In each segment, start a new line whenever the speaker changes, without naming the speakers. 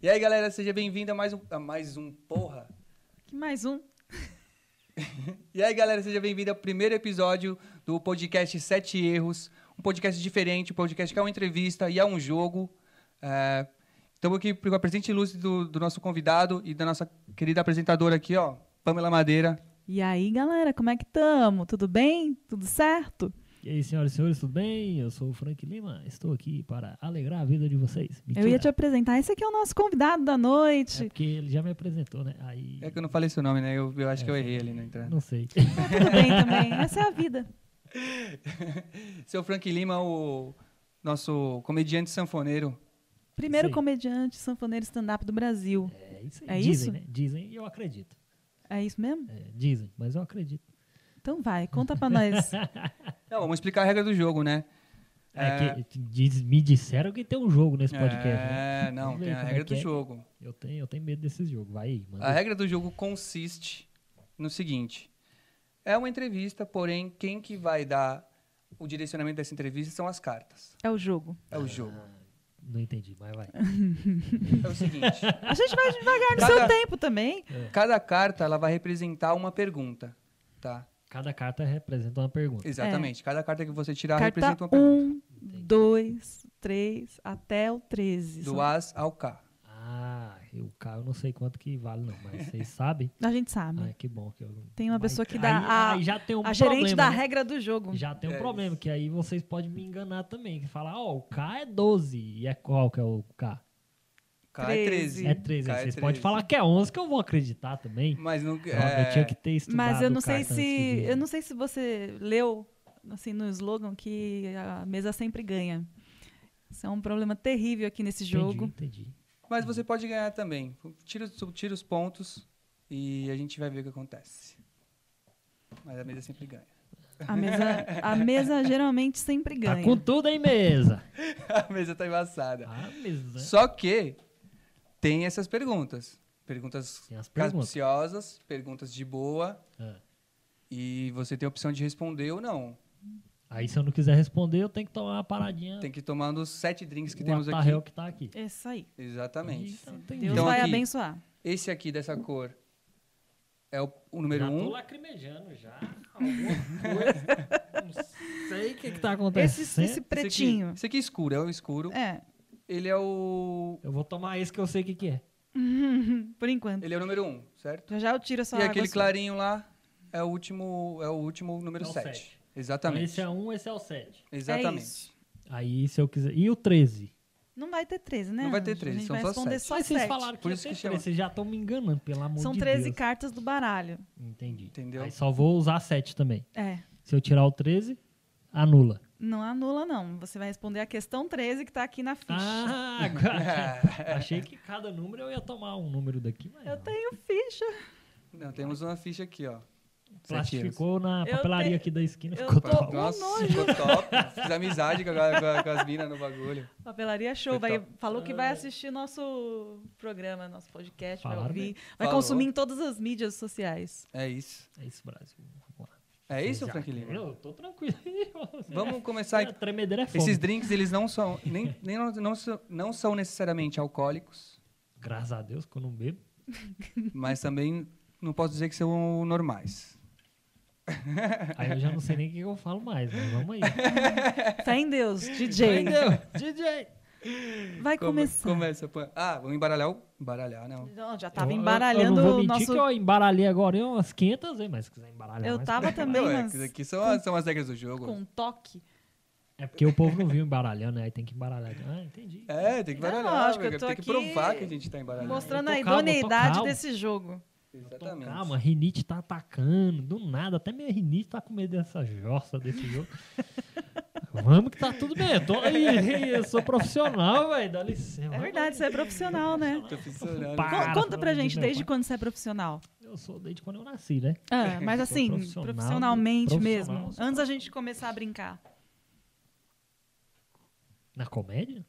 E aí, galera, seja bem-vindo a mais um. A mais um, porra!
Que mais um?
E aí, galera, seja bem-vindo ao primeiro episódio do podcast Sete Erros. Um podcast diferente, um podcast que é uma entrevista e é um jogo. É, estamos aqui com a presente ilustre do, do nosso convidado e da nossa querida apresentadora aqui, ó, Pamela Madeira.
E aí, galera, como é que tamo? Tudo bem? Tudo certo?
E aí, senhoras e senhores, tudo bem? Eu sou o Frank Lima, estou aqui para alegrar a vida de vocês.
Eu ia te apresentar. Esse aqui é o nosso convidado da
É
noite.
porque ele já me apresentou, né? Aí.
É que é. eu não falei seu nome, né? Eu, eu acho que eu errei ali na entrada.
Não sei.
Tá tudo bem também. Essa é a vida.
Seu Frank Lima, o nosso comediante sanfoneiro.
Primeiro
Sim.
comediante sanfoneiro stand-up do Brasil.
É isso aí.
É
dizem,
isso?
né? Dizem e eu acredito.
É isso mesmo?
É, dizem, mas eu acredito.
Então vai, conta pra nós.
Não, vamos explicar a regra do jogo, né?
É, que diz- me disseram que tem um jogo nesse podcast. né?
É, não,
Vamos ver
tem a
como é
regra
que
do
é.
jogo.
Eu, tenho, eu tenho medo desses jogos. Vai aí, manda.
A regra do jogo consiste no seguinte: é uma entrevista, porém, quem que vai dar o direcionamento dessa entrevista são as cartas.
É o jogo.
É o jogo.
Não entendi, mas vai.
É o seguinte:
A gente vai devagar no
Cada-
seu tempo também.
É.
cada carta ela vai representar uma pergunta, tá?
Cada carta representa uma pergunta.
Exatamente. Cada carta que você tirar representa
É.
um
Carta
uma pergunta.
1, 2, 3, até o 13.
Do As ao K.
Ah, o carro não sei quanto que vale, não, mas vocês sabem.
A gente sabe.
Ah, que bom que eu. não-
Tem uma
Mas
pessoa que
aí-
dá a-
aí já tem um
A gerente
problema,
da
né?
regra do jogo.
Já tem um
É
problema, que aí vocês podem me enganar também. Que falar, ó, o K é 12. E é qual que é o K?
K é 13.
Treze.
É 13.
K
aí
é
vocês
13.
podem falar que é 11, que eu vou acreditar também.
Mas não.
Droga, eu
é,
tinha que ter estudado.
Mas eu não
o
sei
cartão antes
se
de vir.
eu não sei se você leu assim no slogan que a mesa sempre ganha. Isso é um problema terrível aqui nesse jogo.
Entendi, entendi.
Mas você pode ganhar também. Tira, os- tira os pontos e a gente vai ver o que acontece. Mas a mesa é sempre ganha.
A mesa, a mesa geralmente sempre
Tá
ganha.
com tudo aí, mesa.
A mesa tá embaçada.
Ah, mesa.
Só que tem essas perguntas. Perguntas
Tem as perguntas.
capciosas, perguntas de boa.
Ah,
E você tem a opção de responder ou não.
Aí se eu não quiser responder, eu tenho que tomar uma paradinha.
Tem que tomar nos sete drinks que
o
temos
atarrel
aqui.
que tá aqui.
É isso aí.
Exatamente.
Então, entendi.
Deus
Então
vai
aqui,
abençoar.
Esse aqui dessa cor é o, o número
Já tô
um.
lacrimejando já. Alguma coisa. Não sei o que, que tá
Esse,
acontecendo.
esse
Esse aqui-
pretinho.
Esse aqui, é escuro, é o escuro.
É.
Ele é o.
Eu vou tomar esse que eu sei o que, que é.
Por enquanto.
Ele é o número um, certo?
Já já eu tiro
e
essa água assim.
aquele
sua.
clarinho lá é o último, é o último número
É o
7.
sete. Então,
Exatamente.
Esse é um, esse é o 7.
Exatamente.
É isso.
Aí, se eu quiser. E o 13?
Não vai ter 13, né?
Não vai ter
Anjo?
13,
A gente
são
vai
só
responder
sete.
só
Mas vocês
7.
falaram que
Por
ia
isso
ter
que
13.
chama.
Vocês já estão me enganando, pelo amor
São
de
13
Deus.
cartas do baralho.
Entendi.
Entendeu?
Aí só vou usar 7 também.
É.
Se eu tirar o 13, anula.
Não anula, não. Você vai responder a questão 13 que tá aqui na ficha.
Ah, agora. Achei que cada número eu ia tomar um número daqui, mas.
Eu
não.
tenho ficha.
Não, temos uma ficha aqui, ó.
Plastificou Um na
Eu
papelaria
tenho-
aqui da esquina.
eu
Ficou
tô-
top.
Nossa,
nojo.
ficou top. Fiz amizade com, a- com a- com as minas no bagulho.
Papelaria
Foi
show, vai,
tá-
top.
falou que
Ah.
vai assistir nosso programa, nosso podcast, vai
Falaram
ouvir,
bem.
vai
Falou.
consumir em todas as mídias sociais.
É isso.
É isso, Brasil. Vamos lá.
É isso,
Já-
Frank Lima?
Eu tô tranquilo.
Vamos começar.
A tremedeira é fome.
Esses drinks, eles não são, nem, nem não, não são- não são necessariamente alcoólicos,
Graças a Deus, quando eu não bebo.
mas também não posso dizer que são normais.
Aí eu já não sei nem o que eu falo mais, mas vamos aí.
Fé em Deus, DJ.
Entendeu? DJ.
Vai
Come-
começar.
Começa, pô. Ah, vamos embaralhar o... Embaralhar, não.
Não, já
Eu-
tava
eu-
embaralhando
eu não vou
o
mentir
nosso.
que eu embaralhei agora em umas 500 hein, mas se quiser embaralhar
Eu
mais,
tava
pode
também,
embaralhar.
Não, é
Ah, tá mas
que aqui são, as- são as regras do jogo.
Com toque.
É porque o povo não viu embaralhando, né? aí tem que embaralhar. Ah, entendi.
É, tem que
Não,
baralhar,
acho que eu
velho,
tô
tem que
aqui
provar que a gente tá embaralhando.
Mostrando
eu
a
tô calmo, eu tô
idoneidade
calmo.
desse jogo.
Tô
Exatamente.
Então, Calma, a rinite tá atacando, do nada, até minha rinite tá com medo dessa jossa desse jogo. Vamos que tá tudo bem, eu, tô aí, eu sou profissional, velho, dá licença.
É verdade, você é profissional, né?
Tô funcionando.
Pá.
Con-
Cara,
Conta
pelo
pra
amor de
gente
meu
desde
pai.
quando você é profissional.
Eu sou desde quando eu nasci, né?
Ah, mas
Sou
assim,
profissional,
profissionalmente
profissional,
mesmo.
sou
Antes da gente começar a brincar.
Na comédia?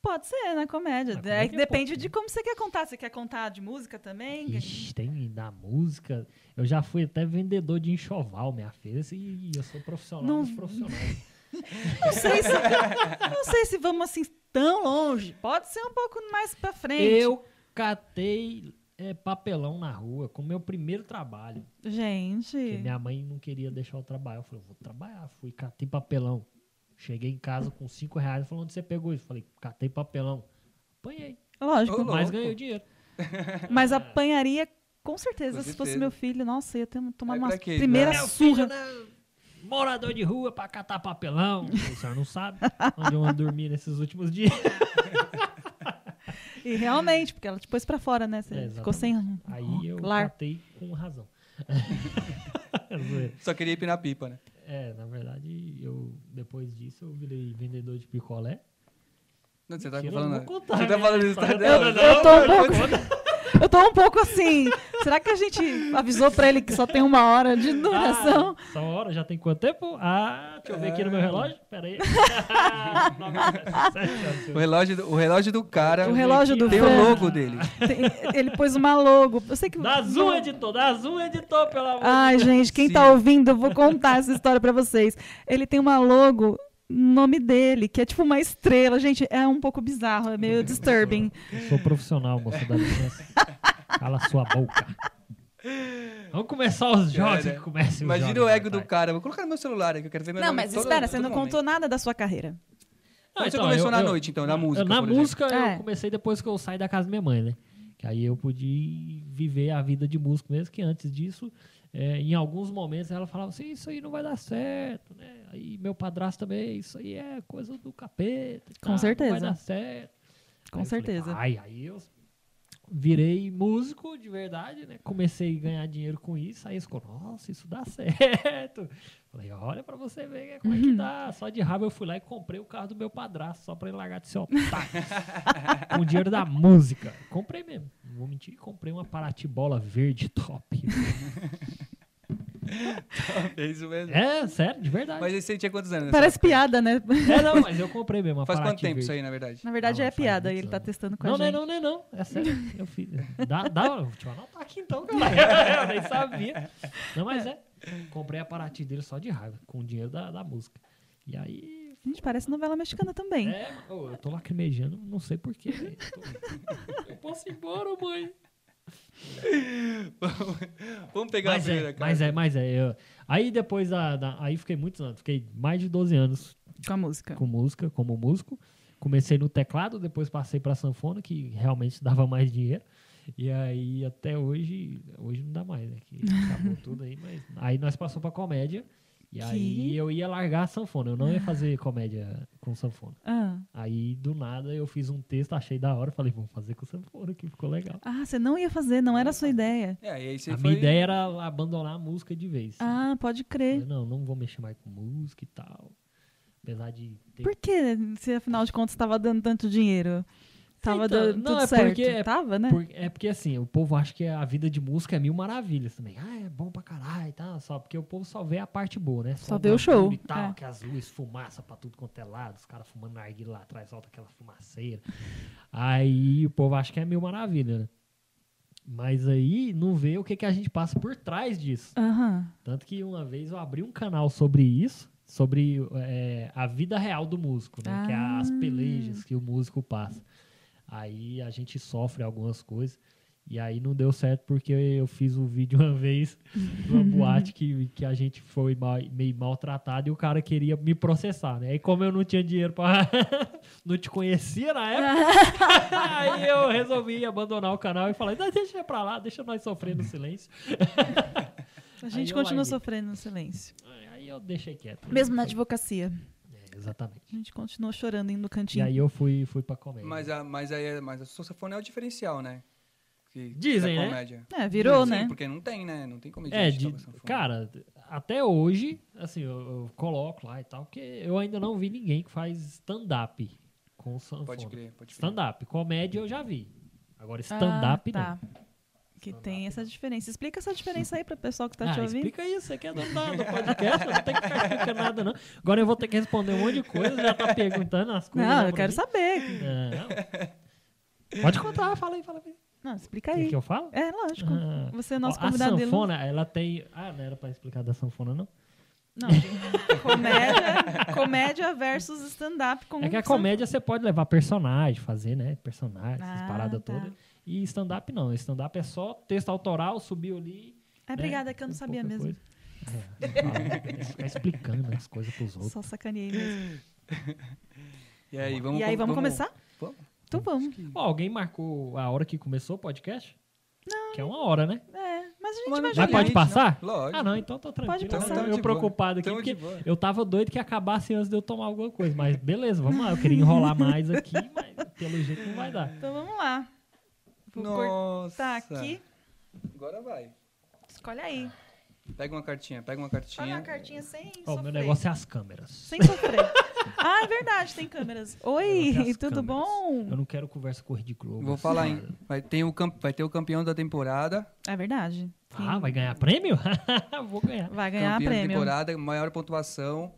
Pode ser, na comédia. É
Na
que
comédia um
depende
pode.
de como você quer contar. Você quer contar de música também?
Ixi, tem da música. Eu já fui até vendedor de enxoval, minha filha, e eu sou profissional
Não-
dos profissionais.
Não sei se, não sei se vamos assim tão longe. Pode ser um pouco mais pra frente.
Eu catei é, papelão na rua com meu primeiro trabalho.
Gente.
Porque minha mãe não queria deixar eu trabalhar. Eu falei, eu vou trabalhar. Fui, catei papelão. Cheguei em casa com cinco reais. Falou, onde você pegou isso? Falei, catei papelão. Apanhei.
Lógico.
Ô, louco.
Mas ganhei o dinheiro.
Mas apanharia com certeza.
Com
Se fosse
certeza.
meu filho, nossa, ia ter um, tomar
Aí
uma
pra quê, né?
primeira
Meu
É surra.
filho, né? Morador de rua pra catar papelão. O senhor não sabe onde eu ando dormir nesses últimos dias.
E realmente, porque ela te pôs pra fora, né? Você
É,
ficou sem.
Aí eu
Lar.
catei com razão. Zoeira.
Só queria ir na pipa, né?
é, na verdade, eu depois disso eu virei vendedor de picolé.
Não, você tá
Mentira, eu
falando.
não vou contar
você tá
minha
falando da
história
história
toda,
dela.
não.
Eu tô um pouco. Eu tô um pouco assim. Será que a gente avisou pra ele que só tem uma hora de duração?
Ah, essa hora já tem quanto tempo? Ah, deixa eu ver aqui
É.
no meu relógio. Pera aí.
O relógio, do- o relógio do cara
O relógio do
Ah, tem
Fran.
o logo dele.
Ah,
Tem- ele pôs uma logo. Eu sei que.
Dá zoom,
é
editor. Dá zoom, editor, pelo amor
Ai, gente, quem tá
Sim.
ouvindo, eu vou contar essa história pra vocês. Ele tem uma logo, nome dele, que é tipo uma estrela. Gente, é um pouco bizarro, é meio disturbing.
Eu sou profissional, moço, dá licença. Cala sua boca. Vamos começar os jogos.
Cara,
que comecem
É,
os
né? Imagina
jogos,
o ego do
rapaz.
cara. Vou colocar no meu celular aqui, eu quero ver meu
Não,
nome
mas
todo-
espera, você
todo
não
momento.
contou nada da sua carreira.
Não,
Como você
então,
começou
eu-
na
eu-
noite, então? Na música,
Eu, na
por exemplo?
música,
É.
eu comecei depois que eu saí da casa da minha mãe, né? Que aí eu pude viver a vida de músico mesmo, que antes disso, é, em alguns momentos ela falava assim, isso aí não vai dar certo, né? Aí meu padrasto também, isso aí é coisa do capeta. e
Com
tal, Não vai
certeza.
dar certo.
Com
Aí eu falei,
certeza.
"Vai", aí eu virei músico de verdade, né? Comecei a ganhar dinheiro com isso, aí eles falaram, nossa, isso dá certo. Falei, olha pra você ver como é
Uhum.
que dá. Só de raiva eu fui lá e comprei o carro do meu padrasto, só pra ele largar de ser um otário. com o dinheiro da música. Comprei mesmo, não vou mentir, comprei uma Paraty bola verde top.
É isso mesmo.
é, sério, de verdade.
Mas você tinha quantos anos? nessa
Parece
época?
piada, né?
É, não, mas eu comprei mesmo uma
Faz quanto
Paraty
tempo
verde.
isso aí, na verdade?
Na verdade
Não,
é
faz
piada,
muitos
ele tá
anos.
testando com a
Não, não,
gente.
é não, não, é não. É sério. Eu fiz. Dá, dá. Deixa eu anotar aqui então, cara. Eu nem sabia. Não, mas é. Comprei a Paraty dele só de raiva, com o dinheiro da, da música. E aí.
Gente, parece novela mexicana também.
É, ô, eu tô lacrimejando, não sei porquê. Eu posso ir embora, mãe.
Vamos pegar a
Mas
primeira,
é,
cara.
mas é, mas é. eu- Aí depois da, da- Aí fiquei muitos anos, fiquei mais de 12 anos
Com a
É.
música.
com música, como músico. Comecei no teclado, depois passei pra sanfona, que realmente dava mais dinheiro. E aí até hoje, hoje não dá mais, né? Que acabou tudo aí, mas aí nós passamos pra comédia. E aí eu ia largar a sanfona, eu não ia fazer comédia com sanfona.
Ah.
Aí do nada eu fiz um texto, achei da hora, falei, vamos fazer com sanfona, que ficou legal.
Ah, você não ia fazer, não era a sua ideia.
É, e aí você
a
foi... é?
minha ideia era abandonar a música de vez.
Ah, pode
Falei,
crer.
não, não vou mexer mais com música e tal. Apesar de ter
Por que, se afinal de contas, tava dando tanto dinheiro? Tava
Então,
dando
não,
tudo
é
certo.
porque- é
tava, né?
Por- é porque assim, o povo acha que a vida de música é mil maravilhas também. Ah, é bom pra caralho e tal. Só porque o povo só vê a parte boa, né?
Só vê o show,
barulho E tal,
é.
que as luzes, fumaça pra tudo quanto é lado, os caras fumando narguilha lá atrás, solta aquela fumaceira. Aí o povo acha que é mil maravilhas, né? Mas aí não vê o que, que a gente passa por trás disso.
Aham.
Tanto que uma vez eu abri um canal sobre isso, sobre é, a vida real do músico, né? Que é as
Ah.
pelejas que o músico passa. Aí a gente sofre algumas coisas. E aí não deu certo porque eu fiz um vídeo uma vez numa boate que, que a gente foi mal- meio maltratado e o cara queria me processar, né? E como eu não tinha dinheiro pra... não te conhecia na época, aí eu resolvi abandonar o canal e falei, "Não, deixa pra lá, deixa nós sofrer no silêncio.
A gente
eu
continua
larguei.
sofrendo no silêncio.
Aí eu deixei quieto.
Mesmo na
Foi-
advocacia.
é, exatamente.
A gente continua chorando indo no
E
cantinho.
aí eu fui, fui pra comédia.
Mas, a, mas, aí, mas a saxofone é o diferencial, né? Que-
Dizem,
da
né?
comédia.
É, virou,
Sim,
né?
porque não tem, né? Não tem comediante
é,
que
de,
toca sanfona.
cara, até hoje, assim, eu, eu coloco lá e tal, porque eu ainda não vi ninguém que faz stand-up com sanfona.
Pode crer, pode crer.
Stand-up. Comédia eu já vi. Agora stand-up né?
ah, tá.
não.
Que tem essa diferença. Explica essa diferença aí pra pessoal que tá te
ah,
ouvindo.
explica isso, você quer dono da- do podcast, não tem que ficar explicando nada não. Agora eu vou ter que responder um monte de coisa, já tá perguntando as coisas.
Não,
né,
eu quero
pra
saber.
mim. É, Não. Pode contar, fala aí, fala aí.
Não, explica
Quer
É aí.
que eu falo?
É, lógico.
Ah.
Você é nosso
Ó, a
convidado dele.
sanfona, ela tem. Ah, não era pra explicar da sanfona, não?
Não, gente, comédia, comédia versus stand-up com um
É que a
são-
comédia você pode levar personagem, fazer, né? Personagem, essas
Ah,
paradas
tá.
todas. E stand-up não. Stand-up é só texto autoral, subiu ali. né, um
Ai, É, obrigada, que eu não sabia mesmo.
É, tem que ficar explicando as coisas pros outros.
Só sacaneei mesmo.
E aí, vamos
e aí,
com-
vamos, começar?
vamos.
Então vamos.
Ó, alguém marcou a hora que começou o podcast? Não. Que é uma hora, né?
É, mas a gente
Mas
vai
não
Mas
Gente,
jogar.
pode passar?
não. Lógico.
Ah, não, então tô tranquilo.
Pode passar.
Eu
Tamo de
tô preocupado aqui,
Tamo
porque
de boa.
eu tava doido que acabasse antes de eu tomar alguma coisa. Mas beleza, vamos lá. Eu queria enrolar mais aqui, mas pelo jeito não vai dar.
Então vamos lá. Vou
Nossa.
cortar aqui.
Agora vai.
Escolhe aí.
Pega uma cartinha, pega uma
Só
cartinha.
uma cartinha sem
Ó,
sofrer.
meu negócio é as câmeras.
Sem sofrer. ah, é verdade, tem câmeras.
Meu negócio é
Oi,
as
tudo
câmeras. Eu
bom?
não quero conversa com o Rede Globo.
Vou
essas
falar, hein?
paradas.
Vai ter, o camp- vai ter o campeão da temporada.
É verdade. Tem-
Ah, vai ganhar prêmio? Vou ganhar.
vai ganhar
campeão da
prêmio.
temporada, maior pontuação.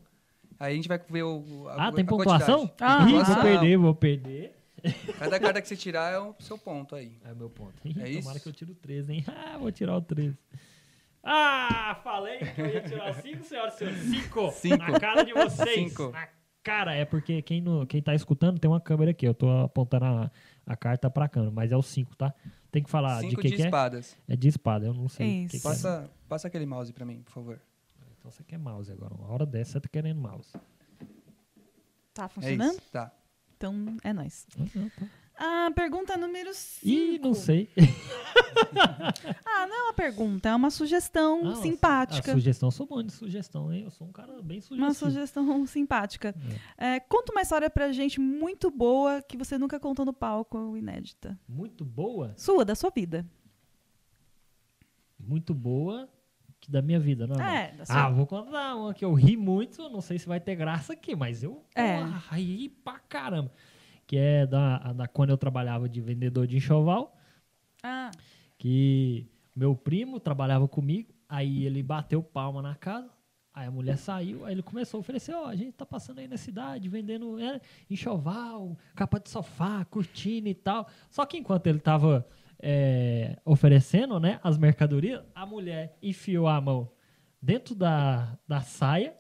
Aí a gente vai ver o. a-
Ah, tem
a
pontuação?
quantidade.
Ah,
Ih,
pontuação.
vou perder, vou perder.
Cada carta que você tirar é o seu ponto aí.
É o meu ponto. Ih,
É isso?
Tomara que eu tiro o 13, hein? Ah, vou tirar o 13. Ah, falei que eu ia tirar o 5, senhoras e senhores. 5!
Cinco.
Na cara de vocês!
Cinco.
Na cara, é porque quem, não, quem tá escutando tem uma câmera aqui. Eu tô apontando a, a carta pra câmera, mas é o 5, tá? Tem que falar de
Cinco
que,
de
que é?
espadas.
É de espada, eu não sei. o
Isso.
Que que é.
Passa, passa aquele mouse pra mim, por favor.
Então você quer mouse agora. Uma hora dessa você tá querendo mouse.
Tá
É
funcionando?
isso? Tá.
então é nóis.
Ah, não, tá.
Ah, pergunta número 5.
Ih, não sei.
Ah, não é uma pergunta, é uma sugestão
Ah,
simpática.
A sugestão, eu sou bom de sugestão, hein? Eu sou um cara bem sugestivo.
Uma sugestão simpática. É, conta uma história pra gente muito boa que você nunca contou no palco, inédita.
Muito boa,
Sua, da sua vida.
muito boa, que da minha vida, não é?
É,
não?
da sua.
Ah, vou contar uma que eu ri muito, não sei se vai ter graça aqui, mas eu
É.
porra, ri pra caramba. Que é da, a da quando eu trabalhava de vendedor de enxoval,
Ah,
que meu primo trabalhava comigo, aí ele bateu palma na casa, aí a mulher saiu, aí ele começou a oferecer, ó, a gente tá passando aí na cidade, vendendo é, enxoval, capa de sofá, cortina e tal. Só que enquanto ele tava é, oferecendo, né, as mercadorias, a mulher enfiou a mão dentro da, da saia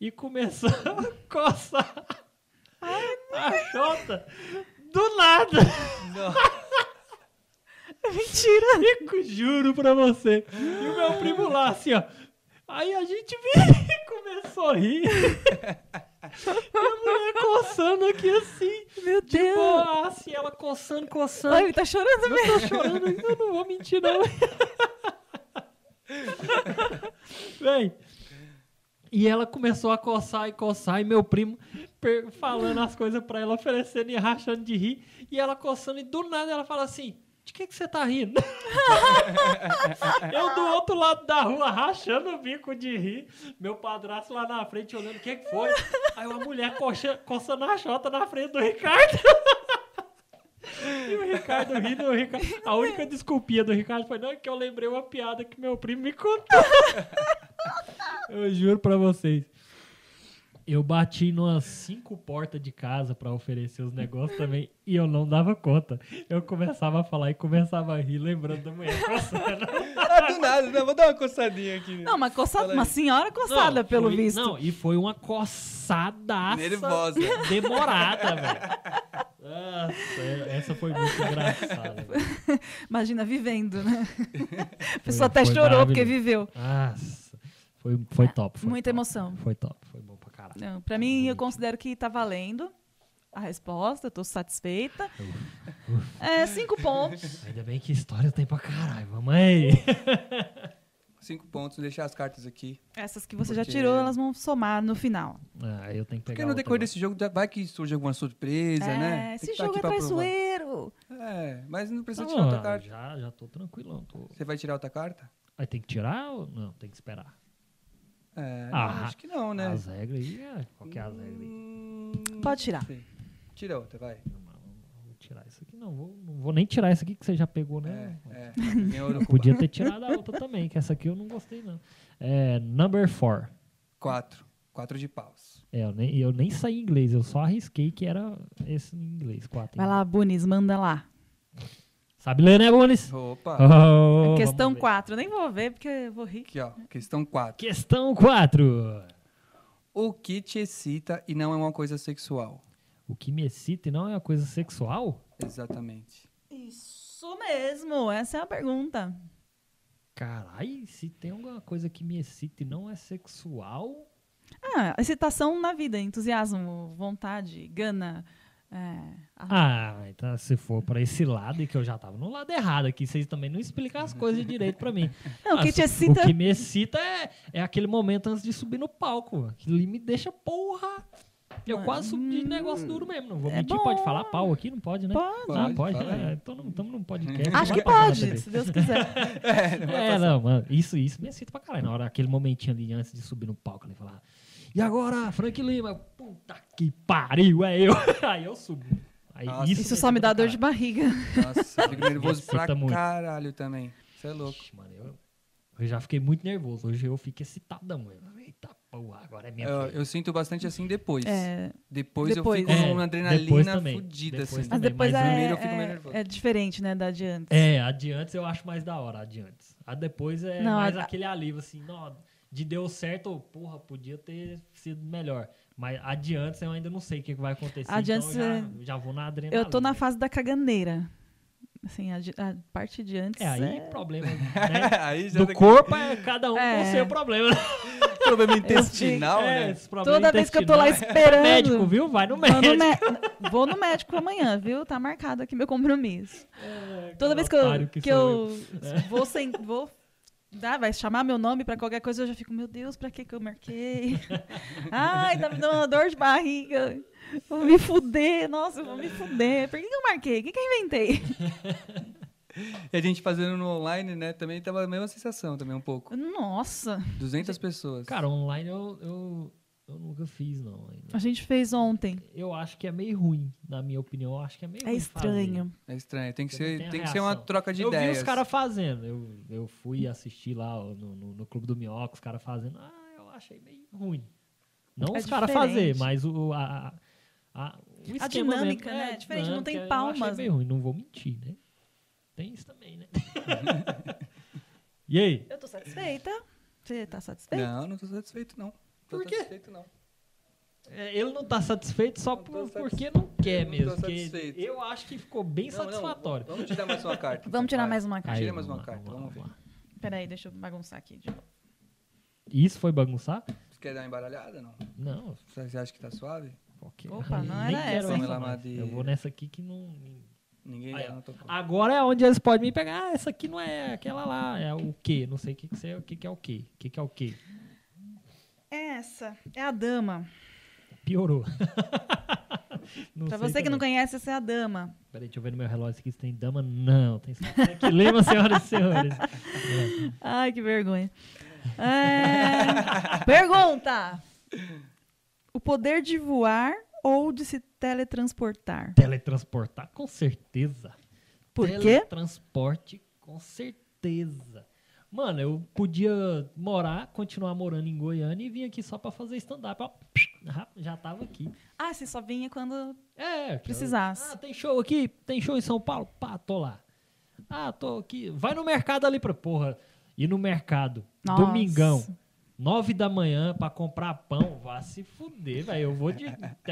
e começou a coçar a chota do nada.
mentira!
Rico, juro pra você. E o meu primo lá, assim, ó. Aí a gente veio, começou a rir. e a mulher coçando aqui, assim.
Meu Deus!
Pô, assim, ela coçando, coçando.
Ai, ele tá chorando mesmo.
eu tô chorando, eu não vou mentir, não. Véi. E ela começou a coçar e coçar, e meu primo per- falando as coisas pra ela, oferecendo e rachando de rir. E ela coçando, e do nada ela fala assim: De que, que você tá rindo? Eu do outro lado da rua, rachando o bico de rir. Meu padrasto lá na frente olhando o que, que foi. Aí uma mulher coxa- coçando a chota na frente do Ricardo. E o Ricardo rindo, o Ricardo. A única desculpinha do Ricardo foi: não, é que eu lembrei uma piada que meu primo me contou. Eu juro pra vocês. Eu bati em umas cinco portas de casa pra oferecer os negócios também e eu não dava conta. Eu começava a falar e começava a rir, lembrando da mulher coçando.
Ah, do nada, não, vou dar uma coçadinha aqui.
Não, uma, coçada,
Fala aí.
uma senhora coçada,
Não,
pelo
foi- um-
visto.
Não, e foi uma coçadaça.
Nervosa.
Demorada, velho. Nossa, essa foi muito engraçada. velho.
Imagina, vivendo, né? A pessoa
Foi-
até
foi
chorou porque viveu.
maravilhoso. Nossa, foi, foi top. Foi
É, Muita
top,
emoção.
Foi top, foi bom pra caralho.
Não, pra mim, eu
Bonito.
considero que tá valendo a resposta, eu tô satisfeita. É, cinco pontos.
Ainda bem que história tem pra caralho, vamos aí.
Cinco pontos, vou deixar as cartas aqui.
Essas que você já
Porque-
tirou, elas vão somar no final.
Ah, eu tenho que pegar
Porque no
outra
decorrer
agora.
desse jogo vai que surge alguma surpresa,
é,
né? Tem
esse
que tá
jogo
aqui
é
pra provar.
traiçoeiro.
É, mas não precisa
Ah,
tirar outra carta.
Já, já tô tranquilão. Tô...
Você vai tirar outra carta?
Aí tem que tirar ou não? Tem que esperar.
É,
Ah,
acho que não, né?
As regras aí, é, qual que é as regras aí?
Hum,
Pode tirar.
sei. Tira outra, vai.
Vou tirar isso aqui, não. Vou, não vou nem tirar essa aqui que você já pegou, né?
É, é. Quem é Ouro
Podia ter tirado a outra também, que essa aqui eu não gostei, não. É, number four.
Quatro. Quatro de paus.
É, eu nem, eu nem saí em inglês, eu só arrisquei que era esse em inglês, quatro. em
Vai lá, Bunis, manda lá.
inglês. Sabe ler, né, Bonis?
Opa.
É Ah, questão 4, nem vou ver porque eu vou rir.
Aqui, ó. Questão quatro.
Questão 4.
O que te excita e não é uma coisa sexual?
O que me excita e não é uma coisa sexual?
Exatamente.
Isso mesmo, essa é a pergunta.
Carai, se tem alguma coisa que me excita e não é sexual.
Ah, excitação na vida, entusiasmo, vontade, gana. é, a-
Ah, então se for pra esse lado, e que eu já tava no lado errado aqui, vocês também não explicam as coisas direito pra mim.
não, o que
Ah,
te
o-
excita.
O que me excita é, é aquele momento antes de subir no palco. Aquilo ali me deixa porra. Eu
Mano.
quase subi de negócio duro mesmo. Não vou
Hum. É
mentir,
bom.
pode falar pau aqui? Não pode, né?
Pode.
Ah, pode.
Fala aí.
Estamos num podcast.
Acho que
vai passar na
pode,
TV.
se Deus quiser.
É, não, mano. Isso, isso me excita pra caralho. Na hora, aquele momentinho ali antes de subir no palco, ele falar. E agora, Frank Lima? Eu, Puta que pariu, é eu. Aí eu subo. Aí,
Nossa.
Isso só me dá dor de barriga.
Nossa, eu fico nervoso pra
Excita muito.
caralho também. Você é louco.
Ixi, mano, eu, eu já fiquei muito nervoso. Hoje eu fico excitadão. Eu, Eita porra, agora é minha
Eu,
vez.
eu sinto bastante assim depois.
É,
Depois,
Depois.
eu fico
É,
com uma
depois
adrenalina
também.
fodida, assim.
Depois
mas
também,
depois
mas um
é,
primeiro eu fico meio
é-
nervoso.
é diferente, né, da de antes.
É, adiante eu acho mais da hora, adiante. A depois é
Não,
mais
a-
aquele alívio, assim, não, de deu certo, ou, porra, podia ter sido melhor. Mas adiante eu ainda não sei o que que vai acontecer.
Adiante
então eu já, já vou na adrenalina.
é- Eu tô na fase da caganeira. Assim, a, de- a parte de antes.
É, aí
é-
problema né?
Aí já
do
tem
corpo é cada um com
É.
o seu problema. né?
problema intestinal,
é,
né?
esse problema
Toda vez que eu tô lá
intestinal. né?
esperando.
Médico, viu? Vai no
Vou
médico.
no, mé- vou no médico amanhã, viu? Tá marcado aqui meu compromisso. Toda vez que eu,
É, otário
que
que
eu,
sou É.
vou sem. Vou, dá, vai chamar meu nome pra qualquer coisa, eu já fico, meu Deus, pra que que eu marquei? Ai, tá me dando uma dor de barriga. Vou me fuder, nossa, eu vou me fuder. Por que, que eu marquei? O que, que eu inventei?
E a gente fazendo no online, né? Também tava a mesma sensação, também um pouco.
Nossa.
200 pessoas.
Cara, online eu, eu, eu nunca fiz, não. ainda.
A gente fez ontem.
Eu acho que é meio ruim, na minha opinião. Eu acho que é meio
É
ruim fazer.
estranho.
é estranho. Tem que
Eu
ser,
não tenho
tem que ser uma
reação.
troca de
eu
ideias.
vi os caras fazendo. Eu, eu fui assistir lá ó, no, no, no Clube do Minhoca, os caras fazendo. Ah, eu achei meio ruim. Não
É
os caras
diferente.
fazer, mas o, a, a- a, o esquema
dinâmica,
mesmo.
né? É diferente, não tem
dinâmica, eu
palmas, né?
achei meio ruim, não vou mentir, né? Tem isso também, né? e aí?
Eu tô satisfeita. Você tá satisfeita?
Não, não tô satisfeito, não. Tô
Por quê?
satisfeito, não.
É, Ele não tá satisfeito só
tô
por,
satis-
porque não quer
Eu não tô
mesmo. porque
satisfeito.
eu acho que ficou bem
Não, não,
satisfatório.
vamos tirar mais uma carta.
Vamos tirar
Vai.
mais um. uma carta.
Tira
Aí,
mais uma
lá,
carta,
lá,
vamos ver.
lá.
Peraí, deixa eu bagunçar aqui. de novo.
Isso foi bagunçar?
Você quer dar uma embaralhada, não?
Não,
Você acha que tá suave?
Qualquer-
Opa, não
Ah, Nem
era
quero
essa, hein?
mais.
Vamos lá, Madi.
Eu vou nessa aqui que não.
Ninguém
Aí,
dá
ó.
na tua conta.
Agora é onde eles podem me pegar. Ah, essa aqui não é aquela lá. É o quê? Não sei o que, que você é, o que, que é o quê? O que, que é o quê?
Essa é a dama.
Piorou. não
pra
sei
você que não
também.
conhece, essa é a dama.
Peraí, deixa eu ver no meu relógio aqui se tem dama. Não, tem só que lembra, senhoras e senhores.
Ai, que vergonha. É, Pergunta! O poder de voar ou de se teletransportar?
Teletransportar, com certeza.
Por quê?
Teletransporte, com certeza. Mano, eu podia morar, continuar morando em Goiânia e vir aqui só pra fazer stand-up. ó. Já tava aqui.
Ah, você só vinha quando
É, que-
precisasse.
Ah, tem show aqui, tem show em São Paulo. Pá, tô lá. Ah, tô aqui. Vai no mercado ali pra porra. E no mercado,
Nossa.
domingão, nove da manhã, pra comprar pão, vá se fuder, velho. Eu vou de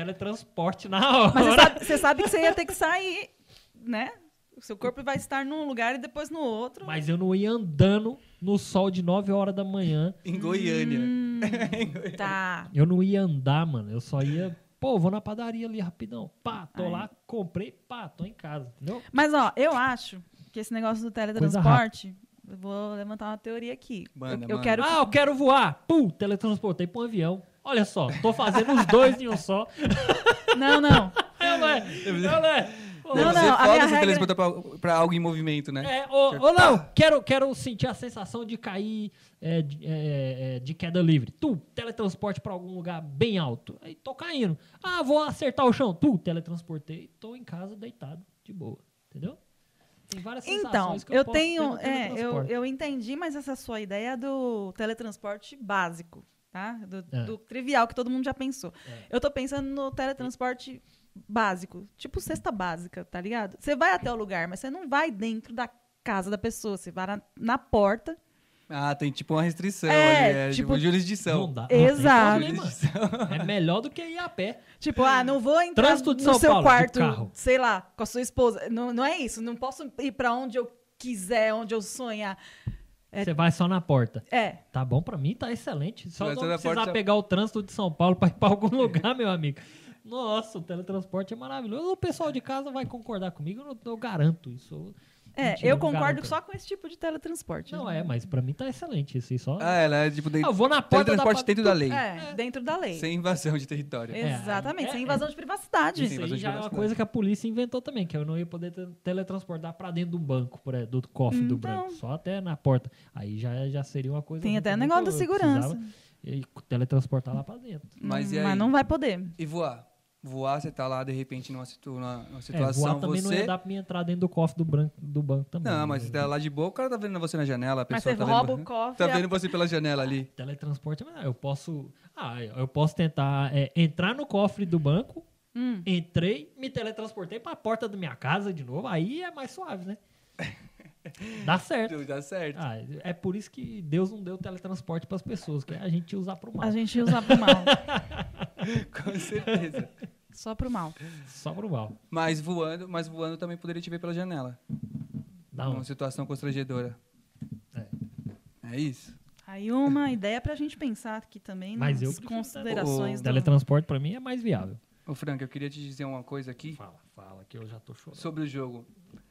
teletransporte na hora.
Mas você sabe, você sabe que você ia ter que sair, né? O seu corpo vai estar num lugar e depois no outro.
Mas eu não ia andando no sol de 9 horas da manhã.
Em Goiânia.
Hum, tá.
Eu não ia andar, mano. Eu só ia. Pô, vou na padaria ali rapidão. Pá, tô
Ai.
lá, comprei, pá, tô em casa. Entendeu?
Mas, ó, eu acho que esse negócio do teletransporte. eu Vou levantar uma teoria aqui.
Manda,
eu, eu
manda.
quero
Ah, eu quero voar. Pum, teletransportei pra um avião. Olha só, tô fazendo os dois em um só.
Não, não.
Eu não é, eu não é. Ô,
Não,
Deve
não,
ser
a
foda
minha
você
regra-
teletransportar pra, pra algo em movimento, né?
É, ô, ô, não, quero, quero sentir a sensação de cair é, de, é, é, de queda livre. Tu, teletransporte pra algum lugar bem alto. Aí tô caindo. Ah, vou acertar o chão. Tu, teletransportei. Tô em casa deitado, de boa. Entendeu? Tem várias
Então,
sensações que
eu,
eu, posso ter
tenho.
no
é, eu,
teletransporte.
eu entendi, mas essa sua ideia é do teletransporte básico, tá? Do,
É.
do trivial que todo mundo já pensou.
É.
Eu tô pensando no teletransporte básico, tipo cesta básica, tá ligado? Você vai até o lugar, mas você não vai dentro da casa da pessoa, você vai na, na porta
Ah, tem tipo uma restrição
É,
ali, é, tipo,
tipo, Ah,
jurisdição.
Não dá.
Exato.
Não tem problema. É melhor do que ir a pé.
Tipo, ah, não vou entrar
Trânsito de
no
São
seu
Paulo, de
quarto,
carro.
sei lá, com a sua esposa. Não, não é isso. Não posso ir pra onde eu quiser, onde eu sonhar. É.
Você vai só na porta.
É,
Tá bom pra mim, tá excelente. Só
Vai
não
só na
precisar
porta, só-
pegar o trânsito de São Paulo pra ir pra algum lugar, meu amigo. Nossa, o teletransporte é maravilhoso. O pessoal de casa vai concordar comigo, eu, não- eu garanto isso. Eu-
é
Mentira,
eu
não
concordo
garanto.
só com esse tipo de teletransporte.
Não, é, mas pra mim tá excelente. Isso aí só.
Ah, ela é tipo
Ah,
dentro,
eu vou na porta da
teletransporte dentro da lei,
É, dentro da lei.
sem invasão de território.
É,
Exatamente,
é,
sem
é.
invasão de privacidade.
Sim,
Isso
mas eu
aí já é
digo
uma
assim.
coisa que a polícia inventou também, que eu não ia poder te- teletransportar pra dentro do banco, por aí, do cofre do
Então.
banco, só até na porta. Aí já, já seria uma coisa.
Tem
ruim
até
também,
negócio
que
da
eu
segurança. Hum,
precisava E teletransportar lá pra dentro.
Mas e aí?
não vai poder.
E voar? Voar, você tá lá, de repente, numa, situ- numa- numa
É, voar
situação,
também não
você...
ia dar pra mim entrar dentro do cofre do, branco, do banco também.
Não, mas
né?
você tá lá de boa, o cara tá vendo você na janela, a
Mas
pessoa
você
tá
rouba
vendo...
o cofre.
Tá
a-
vendo você pela janela ali.
Teletransporte, mas não, eu posso. Ah, eu posso tentar é, entrar no cofre do banco,
Hum.
entrei, me teletransportei pra porta da minha casa de novo, aí é mais suave, né? Dá certo.
Dá tá certo.
Ah, é por isso que Deus não deu teletransporte pras pessoas, que a gente usar pro mal.
A gente usa pro mal.
Com certeza.
só pro mal.
Só pro mal.
Mas voando, mas voando também poderia te ver pela janela.
Não.
Uma situação constrangedora. É isso.
Aí uma ideia pra gente pensar aqui também
Mas eu
nas
prefiro
considerações
o-
do...
Teletransporte pra mim é mais viável.
Ô, Frank, eu queria te dizer uma coisa aqui
Fala, fala, que eu já tô chorando.
sobre o jogo.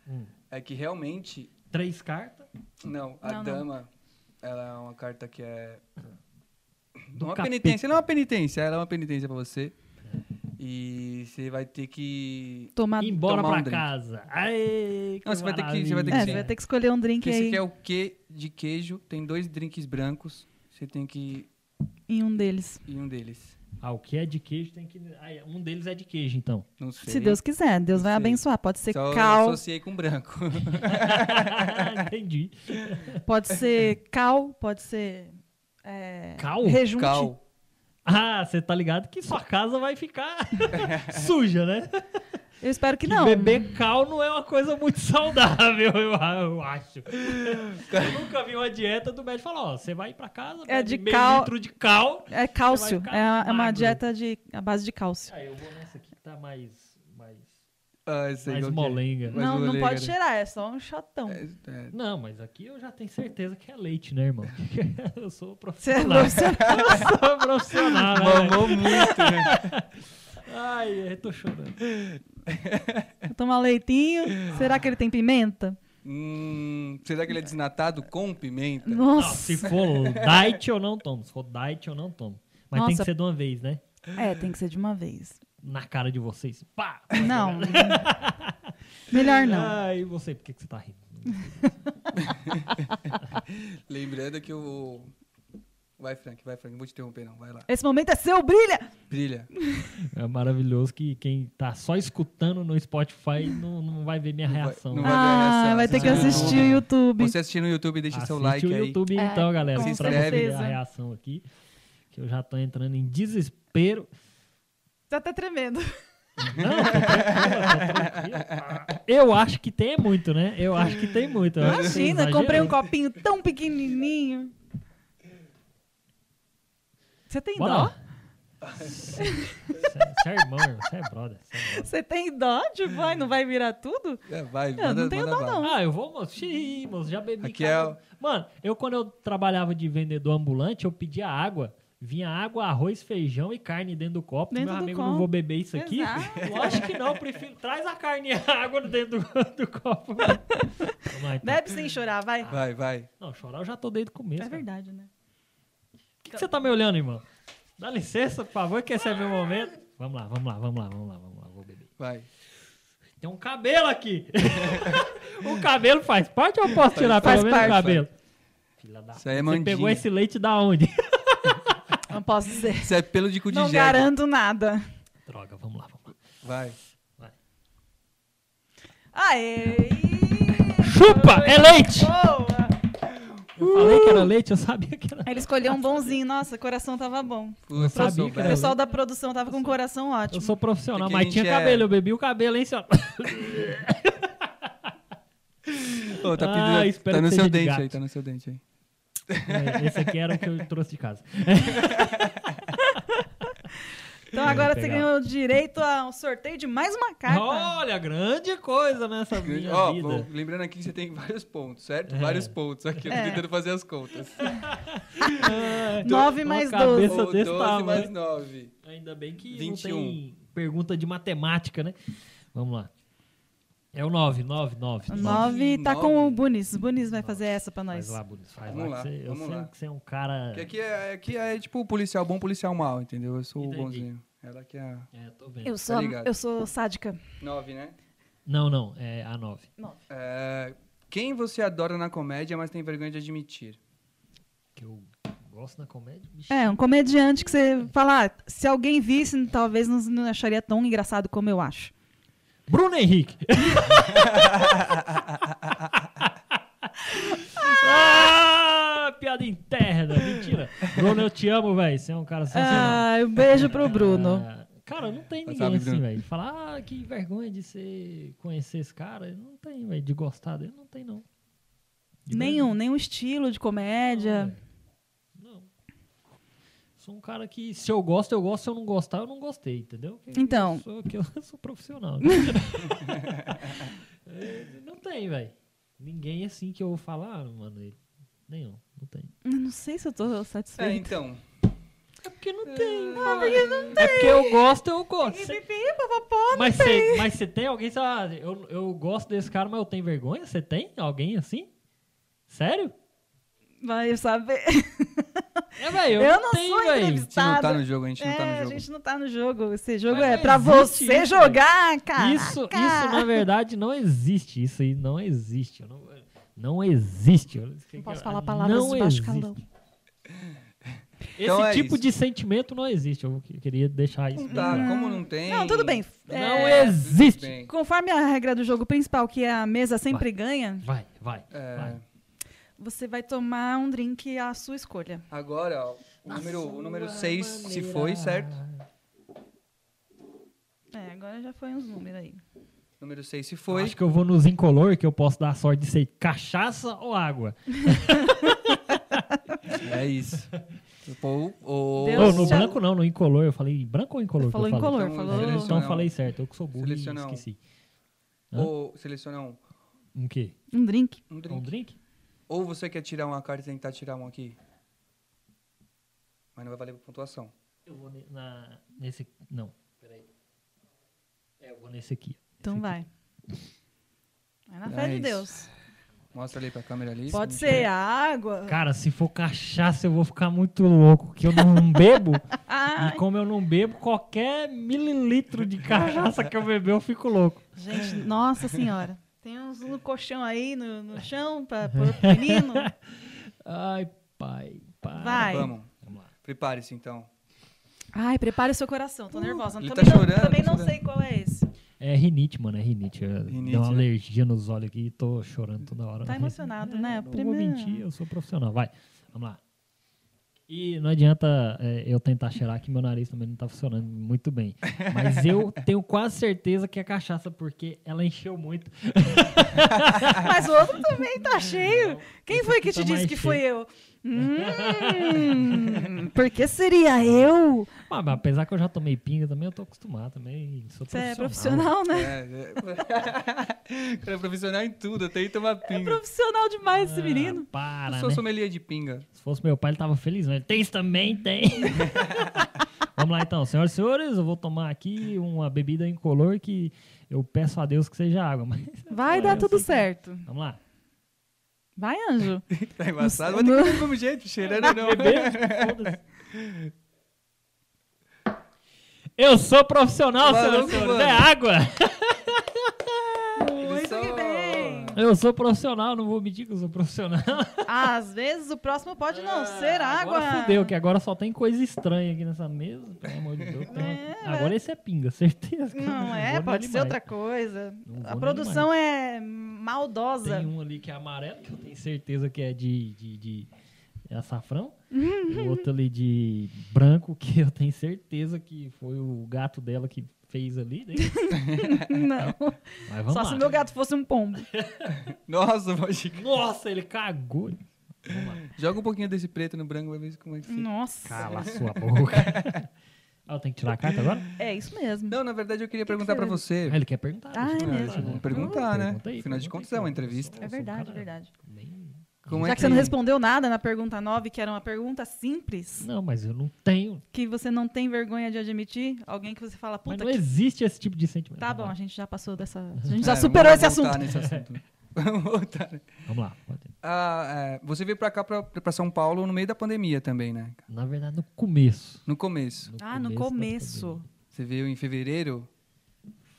Hum.
É que realmente,
Três cartas.
não, a
Não, não.
dama, ela é uma carta que é...
Do
uma
capeta.
penitência, não é uma penitência, ela é uma penitência pra você. E você vai ter que...
Tomar...
embora
tomar um
pra
drink.
casa. Aê, que
Não, você vai ter que- você vai ter que
É,
ser-
você vai ter que escolher um drink
Porque você
aí
quer o quê de queijo, tem dois drinks brancos, você tem que
em um deles.
ir em um deles.
Ah, o que é de queijo tem que. Ah, é, um deles é de queijo, então.
Não sei.
Se Deus quiser, Deus
Não
vai
sei.
abençoar. Pode ser
Só
cal,
associei com branco.
Entendi.
pode ser cal, pode ser... É...
Cal?
Rejunte.
Cal.
Ah, você tá ligado que sua casa vai ficar suja, né?
Eu espero que não.
Beber cal não é uma coisa muito saudável, eu, eu acho. Eu nunca vi uma dieta do médico falar, ó, você vai pra casa,
É
é
de
de meio
cal-
litro de cal.
É cálcio.
ficar
É, a- é uma
magro.
dieta de, à base de cálcio.
Ah, eu vou nessa aqui que tá mais... mais...
Ah, eu sei
Mais
qual que é.
molenga.
Mas
não,
o
não
leite,
pode
né?
cheirar, é só um shotão.
É, é.
Não, mas aqui eu já tenho certeza que é leite, né, irmão? Eu sou
Você é
profissional.
profissional.
Eu sou profissional, né? velho?
Mamou muito, né?
Ai, eu tô chorando.
Vou tomar leitinho. Será que ele tem pimenta?
Hum, será que ele é desnatado com pimenta?
Não,
Nossa.
se for diet, eu não tomo. Se for diet, eu não tomo. Mas tem
Nossa.
que ser de uma vez, né?
É, tem que ser de uma vez.
Na cara de vocês. Pá!
Não. Melhor não.
Ai, você, por que, que você tá rindo?
Lembrando que o. Vai, Frank, vai, Frank. Não vou te interromper, não. Vai lá.
Esse momento é seu, brilha!
Brilha.
É maravilhoso que quem tá só escutando no Spotify não, não vai ver minha
vai-
reação.
não
né?
Ah,
essa-
vai ter que
essa-
assistir o YouTube.
Você assistindo no YouTube, deixa seu
Assiste
like
o
aí.
YouTube
É,
então, galera.
com
pra você
certeza.
ver a reação aqui. Que eu já tô entrando em desespero.
Tá até tremendo.
Não, tô tranquilo, tô tranquilo. Eu acho que tem muito, né? Eu acho que tem muito. Eu acho que você
Imagina, comprei um
exagerou.
copinho tão pequenininho. Você tem
Bora
dó?
lá. Você você é irmão, irmão. Você é brother. Você é brother.
Você tem dó? Tipo, ai, não vai virar tudo?
É, vai,
Eu
manda,
não tenho
manda
dó,
bala.
não.
Ah, eu vou, moço. Xiii, moço, já bebi.
Aqui
cada- Mano, eu quando eu trabalhava de vendedor ambulante, eu pedia água. Vinha água, arroz, feijão e carne dentro do copo.
Dentro
Meu
do
amigo,
copo.
não vou beber isso aqui?
Exato.
Lógico que não, prefiro. Traz a carne e a água dentro do, do copo. Vamos lá, então.
Bebe sem chorar, vai.
Vai, vai.
Não, chorar eu já tô desde o começo.
É
cara.
verdade, né?
Por que, que você tá me olhando, irmão? Dá licença, por favor, que esse é meu momento. Vamos lá, vamos lá, vamos lá, vamos lá, vamos lá, vou beber.
Vai.
Tem um cabelo aqui. o cabelo faz parte ou eu posso tirar
Faz
pelo menos
parte.
o cabelo? Filha da
Isso aí é
Você
mandinha.
pegou esse leite da onde?
Não posso dizer.
Isso é pelo de cu de
Não
jegue.
garanto nada.
Droga, vamos lá, vamos lá.
Vai.
Aê!
Chupa, é leite!
Boa!
Eu falei
Uh!
que era leite, eu sabia que era.
Ele escolheu um bonzinho. Nossa, o coração tava bom.
Putz,
sabia
eu sou
que
O
era
bravo.
pessoal da produção tava com o coração
É, Eu
ótimo.
sou profissional,
É que a
mas
gente
tinha
é-
cabelo, eu bebi o cabelo, hein, senhora?
Ô, tá,
Ah,
pedindo-
espero
tá
que
no
seja
seu
de
dente
gato.
aí, tá no seu dente aí.
É, esse aqui era o que eu trouxe de casa.
Então agora
Vou
você
pegar.
ganhou direito a um sorteio de mais uma carta.
Olha, grande coisa nessa minha
Ó,
vida.
vou- lembrando aqui que você tem vários pontos, certo?
É.
Vários pontos aqui. Eu tô
É.
tentando fazer as contas.
Ai,
Nove
uma
mais
cabeça
doze.
Ou
desse
12
tamanho.
mais 9.
Ainda bem que
21.
não tem pergunta de matemática, né? Vamos lá. É o 9, 9, 9.
Nove tá
Nove.
com o Bunis. Bunis vai fazer essa pra nós.
Faz lá, Bunis, faz
Vamos
lá.
lá,
que você- eu
vamos
sei
lá.
que você é um cara...
Porque aqui é, aqui é tipo policial bom, policial mal, entendeu? Eu sou
Entendi.
o bonzinho. Ela que é a
É, tô vendo.
Eu sou, a-
ligado.
eu sou sádica.
9, né?
Não, não, é a 9.
Nove.
É, quem você adora na comédia, mas tem vergonha de admitir?
Que eu gosto na comédia. Bicho.
É, um comediante que você fala, ah, se alguém visse, talvez não, não acharia tão engraçado como eu acho.
Bruno Henrique. ah, piada interna, mentira. Bruno, eu te amo, velho. Você é um cara sensacional.
Ah, um beijo pro Bruno.
Ah, Cara, não tem
Mas
ninguém
sabe,
assim,
Bruno?
velho. Falar ah, que vergonha de você conhecer esse cara, não tem, velho. De gostar dele, não tem, não. De
Nenhum, né, nenhum estilo de
verdade,
comédia.
Não, velho. não. Sou um cara que, se eu gosto, eu gosto. Se eu não gostar, eu não gostei, entendeu? Que
Então.
Eu sou, que eu sou profissional. entendeu? É, não tem, velho. Ninguém assim que eu vou falar, ah, mano. Ele. Nenhum, não tem.
Eu Não sei se eu tô
É,
satisfeita.
então.
É porque não tem.
Ah, porque não
É porque eu gosto, eu gosto.
tem.
Cê-
Pipi, papapó, não
Mas
tem.
você mas cê tem alguém, sei lá, eu, eu gosto desse cara, mas eu tenho vergonha? Você tem alguém assim? Sério?
Vai saber.
É, velho, eu,
Eu não
tenho,
sou
velho.
A gente não tá
entrevistada.
no jogo, a gente não tá
É,
no
a
jogo.
gente não tá no jogo. Esse jogo
Mas
é
não
pra
existe
você
isso,
jogar, cara.
Isso, isso, na verdade, não existe. Isso aí não existe. Eu não, não existe. Eu-
Não posso falar palavras
não
de baixo
existe.
calão.
Esse
Então é
tipo
isso. Tá.
de sentimento não existe. Eu que- queria deixar isso.
Não
bem
dá,
claro.
como não tem?
Não, tudo bem.
Não
É,
existe.
Tudo bem.
Conforme a regra do jogo principal, que é a mesa sempre ganha,
Vai, vai.
É,
vai.
você vai tomar um drink à sua escolha.
agora, ó, o número 6 número seis se
Maneira.
foi, certo?
É, agora já foi uns números aí.
Número 6 se
Eu
foi.
Acho que eu vou nos incolor, que eu posso dar a sorte de ser cachaça ou água.
É isso. Tipo, Ou, ou-
Deus.
Ô, no
já-
branco não, no incolor. Eu falei branco ou incolor? que
falou
eu falei?
incolor,
Então,
falou.
selecionou.
Então eu falei certo, eu que sou burro e
Seleciona um.
esqueci. Hã?
ou seleciona um,
Um quê?
Um drink.
um
Um
drink.
drink?
Ou você quer tirar uma carta e tentar tirar uma aqui. Mas não vai valer pra pontuação.
Eu vou ne- na, nesse... Não, peraí. É, eu vou nesse aqui.
Então
Esse
vai. Vai na fé
É
de
isso.
Deus.
Mostra ali pra câmera ali.
Pode
se não
ser
tiver.
a água.
Cara, se for cachaça eu vou ficar muito louco, que eu não bebo.
Ah,
e como eu não bebo, qualquer mililitro de cachaça que eu beber eu fico louco.
gente, nossa senhora. Tem uns no colchão aí, no, no chão, pra pôr pro menino.
Ai, pai, pai.
Vai.
Vamos.
Vamos lá.
Prepare-se então.
Ai, prepare o seu coração, tô nervosa.
ele
também
tá
não,
chorando,
também
tá
não
chorando.
sei qual é esse.
É rinite, mano, é rinite. Eu-
Rinite,
Deu uma
né?
alergia nos olhos aqui e tô chorando toda hora.
Tá emocionado, né?
Não vou
Primeiro-
mentir, eu sou profissional. Vai, vamos lá. E não adianta é, eu tentar cheirar que meu nariz também não tá funcionando muito bem. Mas eu tenho quase certeza que é cachaça, porque ela encheu muito.
Mas o outro também tá cheio. Quem
esse
foi
aqui
que te
tá
disse
mais
que fui eu? Hum, por que seria eu?
Ah, Mas, mas apesar que eu já tomei pinga também, eu tô acostumado também. Sou
Você
profissional.
é profissional, né?
É, é. Cara, é profissional em tudo, até em tomar
É
pinga.
profissional demais esse
Ah,
menino.
para,
eu sou
né?
sommelier de pinga.
Se fosse meu pai, ele tava feliz, né? Ele, Tem isso também, tem. Vamos lá então, senhoras e senhores, eu vou tomar aqui uma bebida incolor que eu peço a Deus que seja água. Mas,
Vai
Eu
dar
sei
tudo
que- é.
certo.
Vamos lá.
Vai, anjo.
Tá embaçado, mas tem que
Não-
comer do mesmo jeito, cheirando ou não.
é Foda-se. Eu sou profissional, senhoras e
Maluco,
senhores.
mano.
É água.
Ele
Muito que
só-
bem.
Eu sou profissional, não vou mentir que eu sou profissional.
Às vezes o próximo pode
Ah,
não ser água.
Agora fudeu, que agora só tem coisa estranha aqui nessa mesa. Pelo amor de Deus. Tem uma-
É,
Agora esse é pinga, certeza.
Não é,
vou
pode
nem
ser
mais.
outra coisa.
Não vou
A
nem
produção é maldosa.
Tem um ali que é amarelo, que eu tenho certeza que é de, de, de açafrão.
Uhum.
o outro ali de branco, que eu tenho certeza que foi o gato dela que fez ali. Né?
Não.
Mas vamos
Só
lá.
se meu gato fosse um pombo.
Nossa, pode...
Nossa, ele cagou. Vamos lá.
Joga um pouquinho desse preto no branco, vai ver como é que fica.
Nossa.
Cala a sua boca. Ah, eu tenho que tirar a carta agora?
É isso mesmo.
Não, na verdade eu queria
que
perguntar
você-
pra você.
Ah, ele quer perguntar.
Ah,
deixa eu
é
perguntar,
mesmo.
né?
Perguntar, né?
Pergunta aí,
Afinal de
pergunta
contas,
aí,
é uma
eu
entrevista.
sou-
É
eu sou um
verdade, é
cara
verdade.
nem-
Como
Já
é
que você não
que-
respondeu nada na pergunta 9, que era uma pergunta
é?
simples,
Não, mas eu não tenho.
que você não tem vergonha de admitir, alguém que você fala,
Mas
puta
não
que.
existe esse tipo de sentimento.
Tá bom, a
Vamos
gente já passou dessa. A gente já
É,
superou
vamos
esse assunto.
voltar nesse assunto. Vamos voltar.
lá. Vamos lá. pode.
Ah, é, você veio pra cá, pra, pra São Paulo, no meio da pandemia também, né?
Na verdade, no começo.
No começo.
Ah, no
da
começo.
pandemia.
Você veio em fevereiro,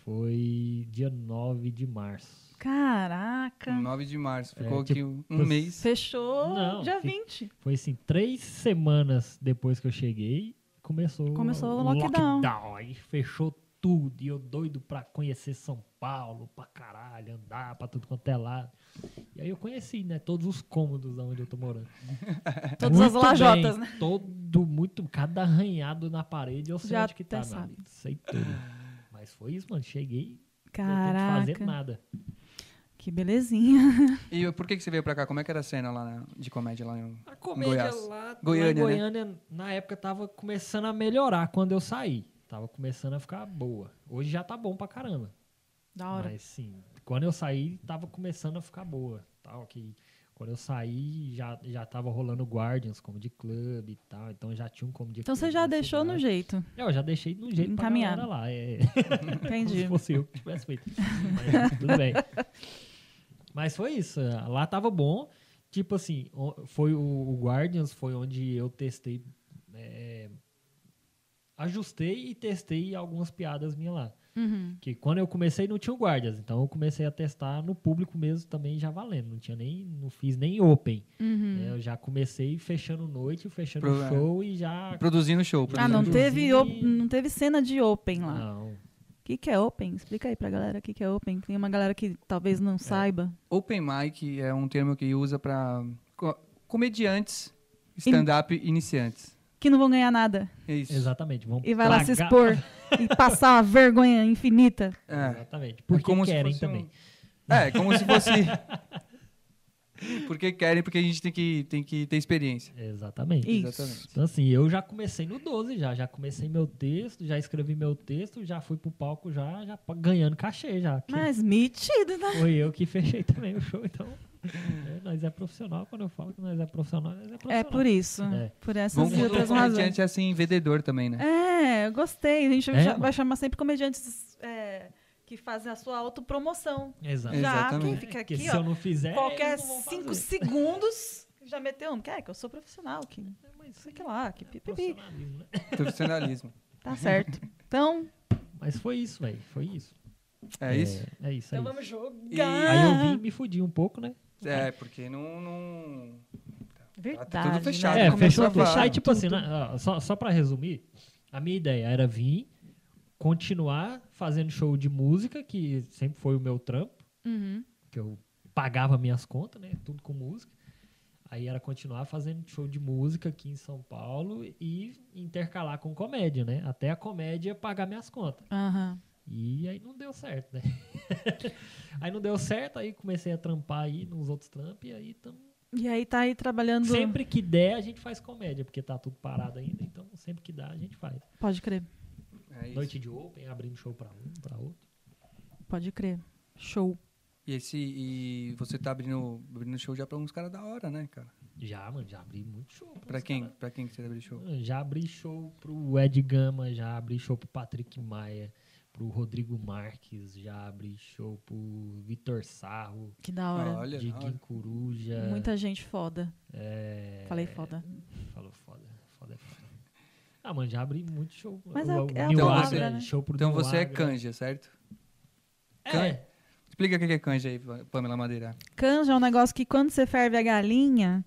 Foi dia 9 de março.
Caraca.
9 de março. Ficou
É,
aqui
tipo,
um
você-
mês.
Fechou
Não,
dia
fica-
20.
Foi assim, três semanas depois que eu cheguei, começou,
Começou o lockdown.
lockdown. Aí fechou tudo. E eu doido pra conhecer São Paulo, pra caralho, andar pra tudo quanto é lado. E aí eu conheci, né, todos os cômodos da onde eu tô morando.
Todas as lajotas, né?
bem, Todo muito, cada arranhado na parede, eu sei
Já
onde que tá,
até
meu
sabe.
amigo, Sei tudo. Mas foi isso, mano. Cheguei, não tentei fazer
Caraca.
nada.
Que belezinha.
E por que, que você veio pra cá? Como é que era a cena lá na- de comédia lá no...
A comédia
Goiás.
lá,
Goiânia, né?
lá em Goiânia, na época, tava começando a melhorar quando eu saí. Tava começando a ficar boa. Hoje já tá bom pra caramba.
Da hora.
Mas sim, quando eu saí, tava começando a ficar boa. Tal, que quando eu saí, já, já tava rolando Guardians, Comedy Club e tal. Então já tinha um Comedy
Então
Club.
você já
na
deixou no
cidade.
jeito.
É, Eu já deixei no jeito pra
Encaminhado.
galera lá. É, como
Entendi.
se fosse eu que tivesse feito. Mas tudo bem. Mas foi isso. Lá tava bom. Tipo assim, o- foi o, o Guardians, foi onde eu testei. é, ajustei e testei algumas piadas minhas lá.
Uhum.
Que quando eu comecei não tinha o Guardians, então eu comecei a testar no público mesmo também já valendo. Não tinha nem. Não fiz nem open.
Uhum.
né? Eu já comecei fechando noite, fechando
Pro-
show e já.
Produzindo show.
um
Ah, não
produzindo
Inclusive-
teve, op- não teve cena de Open lá.
Não.
O que, que é Open? Explica aí pra galera o que, que é Open. Tem uma galera que talvez
É.
não saiba.
Open mic é um termo que usa pra co- comediantes stand-up iniciantes.
Que não vão ganhar nada.
É isso.
Exatamente. Vamos
E vai lá se
tragar-
expor e passar uma vergonha infinita.
É.
Exatamente.
É
Porque
como se
querem
fosse um-
também.
É, é como se fosse... porque querem, porque a gente tem que, tem que ter experiência.
Exatamente.
Isso.
Exatamente.
Então, assim, eu já comecei no 12 já. Já comecei meu texto, já escrevi meu texto, já fui pro palco já, já pa- ganhando cachê já. que
Mas metido, né?
Foi eu que fechei também o show, então. é, nós é profissional, quando eu falo que nós é profissional, nós é
É
profissional.
por isso.
É.
Por essas
Vamos
e
o
outras razões.
comediante é assim, vendedor também, né?
É, eu gostei. A gente
né? É,
vai cha-
mano.
vai chamar sempre comediantes é, que fazem a sua autopromoção.
Exato. É,
Exato.
Já, quem
Exatamente.
fica
Tá. Porque
aqui,
se eu
ó,
não fizer.
qualquer
eles não vão
cinco
fazer.
segundos, já meteu um. Que é, que eu sou profissional, que não
É, Mas
sei o que lá, que
é
pipipi.
profissionalismo, né?
Profissionalismo.
Tá certo. Então,
Mas foi isso, velho. Foi isso.
É isso?
É, é isso aí.
então vamos
Aí eu
jogar.
vim e me fudi um pouco, né?
É, porque não. não...
Verdade.
Tá tudo fechado.
né?
É,
começou
fechou,
a
fechou.
falar.
Aí, tipo assim, na- ó, só, só pra resumir, a minha ideia era vir, continuar fazendo show de música, que sempre foi o meu trampo,
Uhum.
que eu pagava minhas contas, né? Tudo com música. Aí era continuar fazendo show de música aqui em São Paulo e intercalar com comédia, né? Até a comédia pagar minhas contas.
Aham.
E aí não deu certo, né? aí não deu certo, aí comecei a trampar aí nos outros trampos e aí tamo
E aí tá aí
Uhum.
trabalhando.
Sempre que der, a gente faz comédia, porque tá tudo parado ainda, então sempre que dá, a gente faz.
Pode crer,
É isso.
Noite de open, abrindo show pra um, pra outro.
pode crer. Show.
E, esse, e você tá abrindo, abrindo show já pra uns caras da hora, né, cara?
Já, mano, já abri muito show. pros
Pra quem?
caras.
Pra quem que você tá abrindo show?
Mano, Já abri show pro Ed Gama, já abri show pro Patrick Maia, pro Rodrigo Marques, já abri show pro Vitor Sarro,
Que da hora.
Ah, Olha, da
Diguinho
hora.
Coruja.
Muita gente foda.
é,
Falei foda.
Falou foda, foda é foda. Ah, mano, já abri muito show.
Mas é o- é a
Nil
palavra,
Agra,
né?
show pro
Então
Nil
você é
Agra.
canja, certo?
É,
Explica o que que é canja aí, Pa- Pamela Madeira.
Canja é um negócio que quando você ferve a galinha.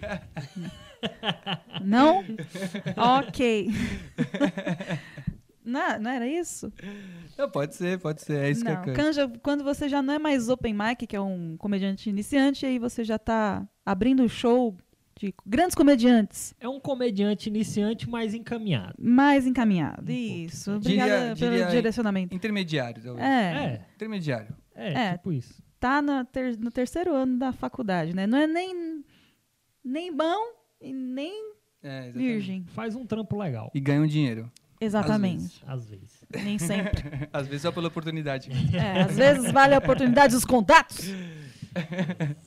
não? Ok. não, não era isso?
Não, pode ser, pode ser. É isso
não.
que é canja.
canja, quando você já não é mais open mic, que é um comediante iniciante, aí você já tá abrindo o show de grandes comediantes
É um comediante iniciante, mas encaminhado.
mais encaminhado.
pouquinho.
Isso.
Diria-
Obrigada
diria-
pelo direcionamento.
Intermediário, talvez.
É,
É,
Intermediário.
é,
É.
tipo isso.
tá na ter- no terceiro ano da faculdade, né? Não é nem nem bom e nem
É, exatamente.
virgem.
Faz um trampo legal,
E ganham dinheiro.
Exatamente.
às vezes.
Nem sempre.
Às vezes só pela oportunidade.
É, às vezes vale a oportunidade dos contatos.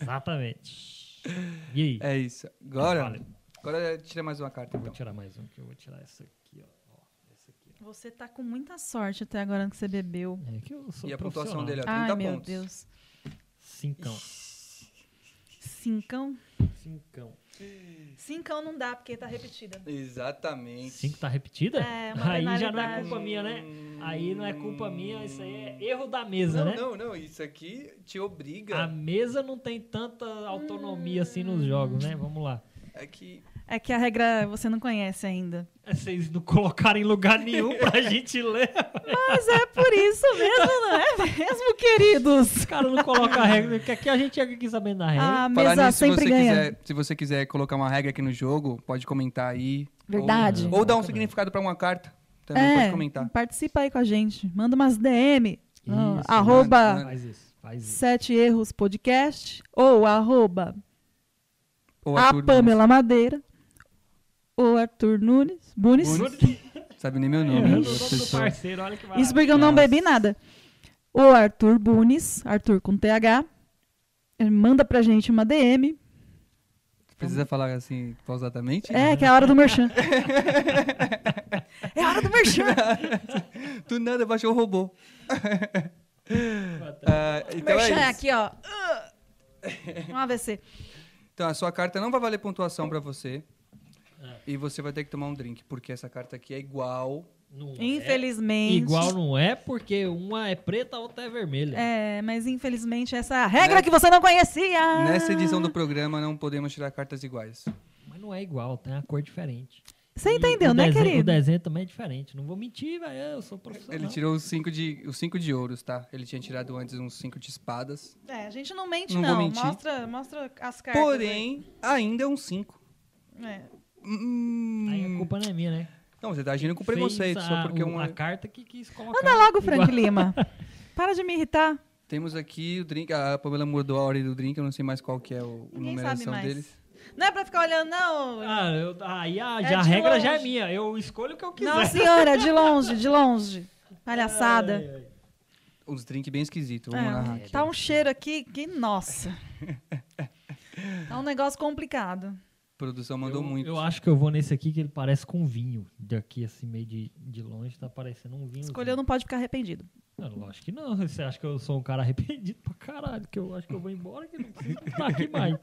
Exatamente. E aí?
É isso. Agora,
Valeu.
agora tira mais uma carta.
Eu vou
Então.
tirar mais um, que eu vou tirar essa aqui, ó. Ó, essa aqui.
Você tá com muita sorte até agora que você bebeu.
É que eu sou
E a pontuação
profissional.
dele, é- ó, 30
Ai, meu
Tá pontos.
Deus.
Cincão.
Cincão?
Cincão.
Cincão não dá, porque tá repetida.
Exatamente.
Cinco tá repetida?
É, uma
aí já não é
penalidade.
culpa minha, né? Aí não é culpa minha, isso aí é erro da mesa,
não,
né?
não, não. Isso aqui te
A
obriga.
mesa não tem tanta autonomia assim
Hum.
nos jogos, né? Vamos lá.
É que
É que a regra você não conhece ainda.
É, Vocês não colocaram em lugar nenhum pra gente ler.
Mas é por isso mesmo, não é mesmo, queridos?
Os caras não colocam a regra, porque aqui a gente chega aqui sabendo da regra.
A
É. Falar
mesa
nisso, se
sempre
você,
ganha.
quiser, se você quiser colocar uma regra aqui no jogo, pode comentar aí.
Verdade.
Ou, ou dar um
Exatamente.
significado pra uma carta. Também
é,
pode comentar.
participa aí com a gente. Manda umas DM.
Isso,
ó,
manda,
arroba
manda.
Faz isso, faz isso.
Sete Erros Podcast ou arroba
Ou
a
Arthur
Ah, Pamela Madeira ou Arthur Nunes. Bunes.
Nunes. Sabe nem meu
É,
nome.
o nome
das
do
pessoas.
parceiro, olha que
Isso
maravilha.
porque eu não
Nossa.
bebi nada. Ou Arthur Bunes, Arthur com TH. eh, Manda pra gente uma DM.
Precisa falar assim pausadamente?
É, que é a hora do merchan. é a hora do merchan.
Do nada baixou o robô. Ah, então
merchan
é
é
isso.
aqui, ó. Um AVC.
Então a sua carta não vai valer pontuação pra você.
É.
E você vai ter que tomar um drink, porque essa carta aqui é igual.
Não é.
Infelizmente.
Igual não é, porque uma é preta, a outra é vermelha.
É, mas infelizmente essa é a regra que você não conhecia.
Né? Nessa edição do programa não podemos tirar cartas iguais.
Mas não é igual, tem uma cor diferente.
Você
E
entendeu,
o
né,
desenho- O
querido?
desenho também é diferente. Não vou mentir, velho. Eu sou profissional.
Ele tirou os cinco de, os cinco de ouros, tá? Ele tinha tirado antes uns cinco de espadas.
É, a gente não mente,
Não
não.
vou mentir.
Mostra, mostra as cartas.
Porém,
né?
ainda é um 5.
aí. É.
Aí a culpa não é minha, né?
Não, você tá agindo com
Fez
preconceito,
a,
só porque
o-
um...
a carta que quis colocar.
Anda logo, Frank
Igual-
Lima. Para de me irritar.
Temos aqui o drink, a Pamela mudou a ordem do drink, eu não sei mais qual que é o, o
Ninguém sabe
numeração
mais.
deles.
Não é pra ficar olhando, não.
Ah, eu- aí a,
É
já a
de
regra já é
longe.
minha. Eu escolho o que eu quiser.
Não, senhora, de longe, de longe. Palhaçada.
Ai, ai.
Uns drinks bem esquisitos, vamos narrar
É,
aqui.
tá um cheiro aqui que, nossa. Tá um negócio complicado.
A produção mandou
eu,
muito.
Eu acho que eu vou nesse aqui que ele parece com vinho. Daqui, assim, meio de, de longe, tá parecendo um vinho.
Escolheu não pode ficar arrependido.
Não, lógico que não. Você acha que eu sou um cara arrependido pra caralho? Que eu acho que eu vou embora, que não preciso estar aqui mais.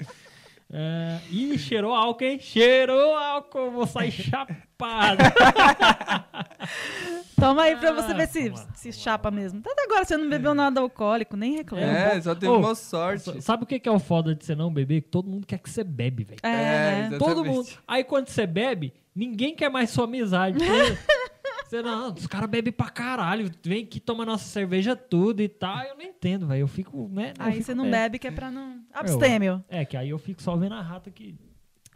É, ih, cheirou álcool, hein? Cheirou álcool, vou sair chapado.
Toma aí pra
Ah,
você ver se,
vamos lá,
se
vamos lá, É.
chapa mesmo. Tanto agora você não bebeu nada alcoólico, nem reclama.
É, só teve
um Ô,
uma sorte.
Sabe o que que é o foda de você não beber? Que todo mundo quer que você bebe, velho.
É, né?
exatamente.
Todo mundo. Aí quando você bebe, ninguém quer mais sua amizade. porque Você não, os caras bebem pra caralho, vem aqui toma nossa cerveja tudo e tal. Eu não entendo, velho. Eu fico, né? eu
Aí
fico
você não
nessa.
bebe que é pra não. Abstêmio.
É, que aí eu fico só vendo a rata que.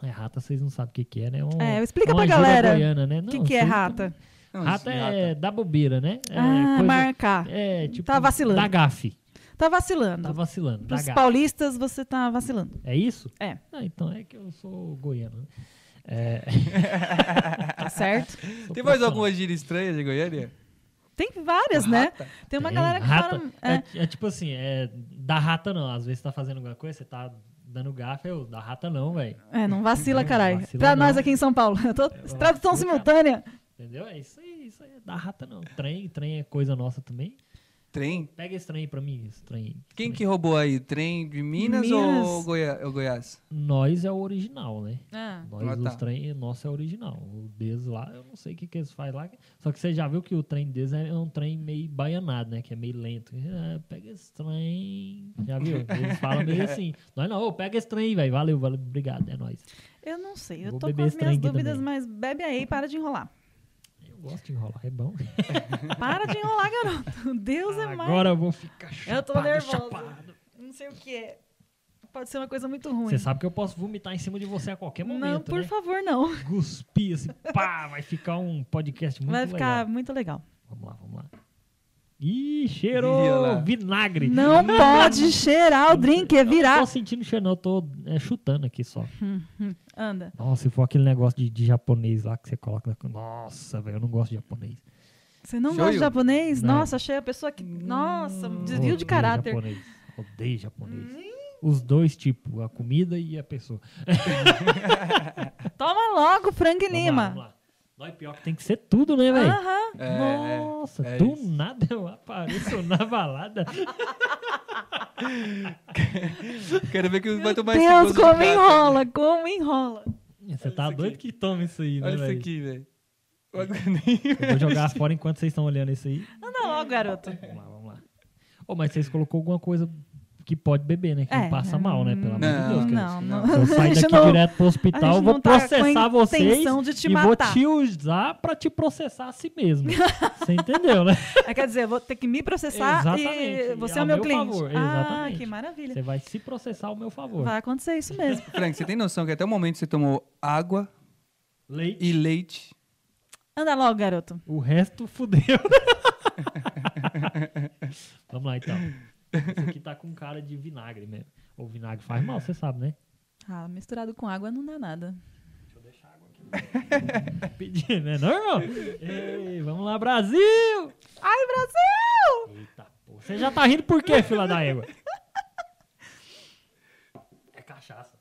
É, rata vocês não sabem o que, que é, né? Um,
É, explica
uma
pra
ajuda
galera
Goiana, né?
O
Não,
que, que é
vocês
rata?
Não,
também- Rata
esse
é da bobeira, né? É,
ah,
coisa-
marcar.
É, tipo.
Tá vacilando.
Da gafe.
Tá
Tá
vacilando.
vacilando. Da
Pros
gafe.
paulistas, você tá vacilando.
É isso?
É.
Ah, então é que eu sou goiano. né? É,
Tá certo?
sou
Tem mais
profissional.
alguma gíria estranha de Goiânia?
Tem várias, né?
Rata?
Tem uma
Tem,
galera que
rata.
fala. é.
É. é tipo assim, é da rata não. Às vezes você tá fazendo alguma coisa, você tá dando gafe, eu, da rata não, velho.
É, não vacila, caralho.
vacila
Pra
não. É,
nós aqui em São Paulo. Eu tô-
vacila,
tradução
cara.
simultânea.
Entendeu? É isso aí, isso aí é da rata não. Trem, trem é coisa nossa também.
Trem?
Pega esse trem aí pra mim, esse trem. aí.
Quem que roubou aí? Trem de Minas,
Minas.
ou Goiá- ou Goiás?
Nós é o original, né?
Ah,
Nós,
Ah, tá.
os trem, nosso é original. O deles lá, eu não sei o que, que eles fazem lá. Só que você já viu que o trem deles é um trem meio baianado, né? Que é meio lento. Ah, pega esse trem. Já viu? Eles falam meio assim. Nós não, ô, pega esse trem, velho. Valeu, valeu, obrigado, é nóis.
eu não sei. Eu
Vou
tô com
beber
as
esse trem
minhas
aqui
dúvidas,
também.
mas bebe aí, para de enrolar.
Eu gosto de enrolar, é bom.
Para de enrolar, garoto. Deus é mais.
Ah, Agora eu vou ficar chapado.
Eu tô nervosa.
chapado.
Não sei o que é. Pode ser uma coisa muito ruim.
Você sabe que eu posso vomitar em cima de você a qualquer momento,
não, por
né?
favor, não.
Cuspir assim, pá, vai ficar um podcast muito
Vai ficar
legal.
muito legal.
Vamos lá, vamos lá. Ih, cheirou
Ih, olha lá.
vinagre.
Não pode cheirar o drink, é
Não
virar.
tô sentindo cheiro, não. Eu tô é, chutando aqui só.
Anda.
Nossa, se for aquele negócio de, de japonês lá que você coloca. na- Nossa, velho, eu não gosto de japonês.
Você não
Shoyu.
gosta de japonês?
Não.
Nossa, achei a pessoa que. Nossa, um desvio de
Odeio
caráter. Hum.
Japonês. Odeio japonês. Os dois, tipo, a comida e a pessoa.
Toma logo, Frank
Vamos lá,
Lima. Ah.
vamos lá. Nós pior que tem que ser tudo, né, velho?
Aham.
É, é.
Nossa,
é
do
isso.
nada eu apareço na balada.
Quero ver que vai tomar esse
Deus,
gosto de né?
como
gato.
enrola, como enrola.
Você tá
isso
doido que toma isso
um
aí, né,
Olha isso
velho?
aqui, velho. Eu aguentei.
Eu vou jogar fora enquanto vocês estão olhando isso aí.
Anda logo, garoto.
Vamos lá, vamos lá. Ô, mas vocês colocou alguma coisa que pode beber, né? Que
É,
não passa mal, né? Pelo amor de
Não,
Deus,
Não,
cara.
não.
Se eu sair
A gente
daqui
não-
direto pro
a
hospital, eu
gente
vou
não tá com a
processar vocês
intenção de te
e vou
matar.
te usar pra te processar a si mesmo. Você entendeu, né?
Ah, Quer dizer, eu vou ter que me processar e
Exatamente,
você
e
é o
ao
meu
meu
cliente.
favor,
Ah,
exatamente.
que maravilha.
Você é vai se processar ao meu favor.
Vai acontecer isso mesmo.
Frank, você tem noção que até o momento você tomou água
Leite.
e leite?
Anda logo, garoto.
O resto fudeu. né? Vamos lá, então. Esse aqui tá com cara de vinagre mesmo. Ou vinagre faz mal, você sabe, né?
Ah, misturado com água não dá nada.
Pedir, né? Não, irmão? Ei, vamos lá, Brasil!
Ai, Brasil!
Eita, porra. Você já tá rindo por quê, fila da égua? É cachaça.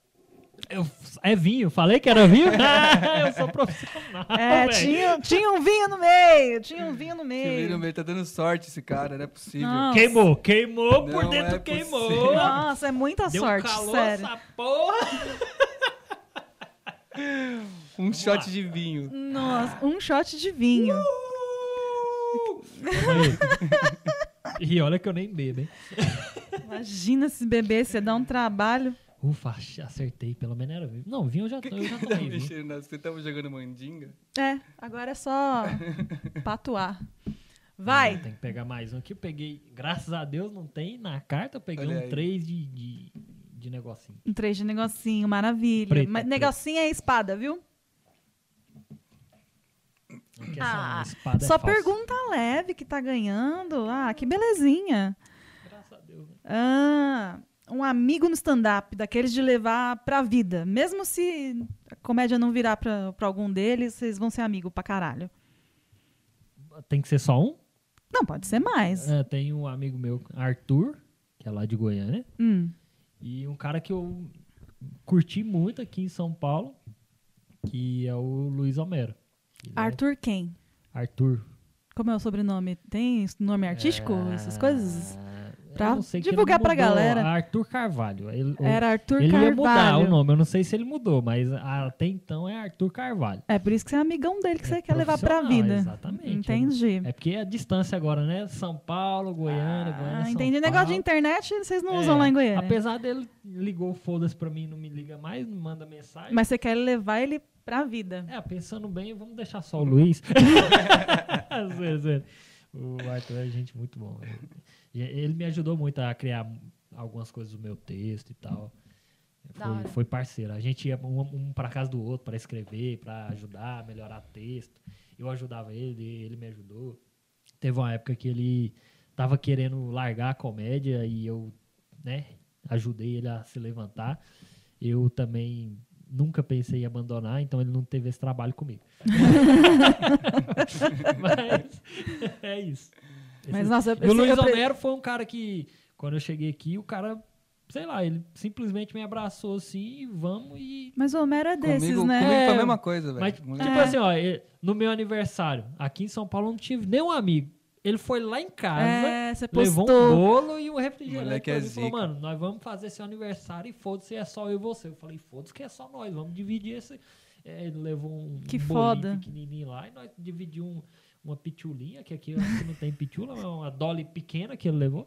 Eu- é vinho, falei que era vinho? Ah, eu sou profissional.
É,
velho.
tinha, tinha um vinho no meio, tinha um vinho no
Você vira no
meio.
meio, tá dando sorte esse cara, não é possível.
Não.
Queimou, queimou, por
Não
dentro
é
queimou.
possível.
Nossa, é muita
Deu um
sorte,
calor
sério.
essa porra.
Um shot
lá.
de vinho.
Nossa, um shot de vinho.
Mas- e olha que eu nem bebo, hein?
Imagina se beber, você dá um trabalho.
Ufa, acertei, pelo menos era vinho. Não, vinho eu já, eu já tomei vinho.
Tá Mexendo na- Você tava jogando mandinga?
É, agora é só patuar. Vai!
Tem que pegar mais um aqui. Eu peguei, graças a Deus, não tem na carta. Eu peguei
Olha
um
aí.
3 de, de, de negocinho.
Um três de negocinho, maravilha.
Preto,
Mas
preto.
negocinho é espada, viu?
Não quer
Ah,
essa espada
Só
é falsa.
pergunta leve que tá ganhando. Ah, que belezinha.
Graças a Deus, né?
Ah, um amigo no stand-up, daqueles de levar pra vida. Mesmo se a comédia não virar pra, pra algum deles, vocês vão ser amigo pra caralho.
Tem que ser só um?
Não, pode ser mais.
É, tem um amigo meu, Arthur, que é lá de Goiânia.
Hum.
E um cara que eu curti muito aqui em São Paulo, que é o Luiz Homero. Ele é
Arthur quem?
Arthur.
Como é o sobrenome? Tem nome artístico?
É.
Essas coisas?
Ah, eu
Pra
não sei que ele
divulgar pra
mudou,
galera.
Arthur Carvalho. Ele, o-
Era Arthur
ele ia
Carvalho.
mudar o nome, eu não sei se ele mudou, mas até então é Arthur Carvalho.
É por isso que você é amigão dele, que
É
você quer levar pra
profissional,
vida.
Ah, exatamente.
Entendi.
É porque é a distância agora, né? São Paulo, Goiânia, Goiânia,
Ah,
São
entendi.
Paulo.
Negócio de internet, vocês não
É,
usam lá em Goiânia.
Apesar dele ligou o foda-se pra mim, não me liga mais, não manda mensagem.
Mas você quer levar ele pra vida.
É, pensando bem, vamos deixar só o Luiz. Zoeira, zoeira. o Arthur é gente muito bom. E Ele me ajudou muito a criar algumas coisas do meu texto e tal.
Da
Foi,
hora.
foi parceiro. A gente ia um, um para casa do outro para escrever, para ajudar, melhorar texto. Eu ajudava ele, ele me ajudou. Teve uma época que ele tava querendo largar a comédia e eu, né, ajudei ele a se levantar. Eu também nunca pensei em abandonar, então ele não teve esse trabalho comigo. Mas é isso.
Mas, nossa, eu,
E o
eu-
Luiz
eu-
Homero foi um cara que, quando eu cheguei aqui, o cara, sei lá, ele simplesmente me abraçou assim, e vamos e.
Mas o Homero é desses,
comigo,
né?
comigo foi a
É.
mesma coisa, velho.
Mas,
Muito-
tipo assim, ó, ele- no meu aniversário, aqui em São Paulo, eu não tive nenhum amigo. Ele foi lá em casa,
É, você
levou
postou.
um bolo e um refrigerante.
Moleque
pra
é
mim e falou,
zica.
mano, nós vamos fazer seu aniversário e foda-se, é só eu e você. Eu falei, foda-se que é só nós, vamos dividir esse. É, ele levou um
Que
bolinho
foda.
pequenininho lá e nós dividimos um- uma pitulinha, que aqui eu acho que não tem pitula, mas é uma dolly pequena que ele levou.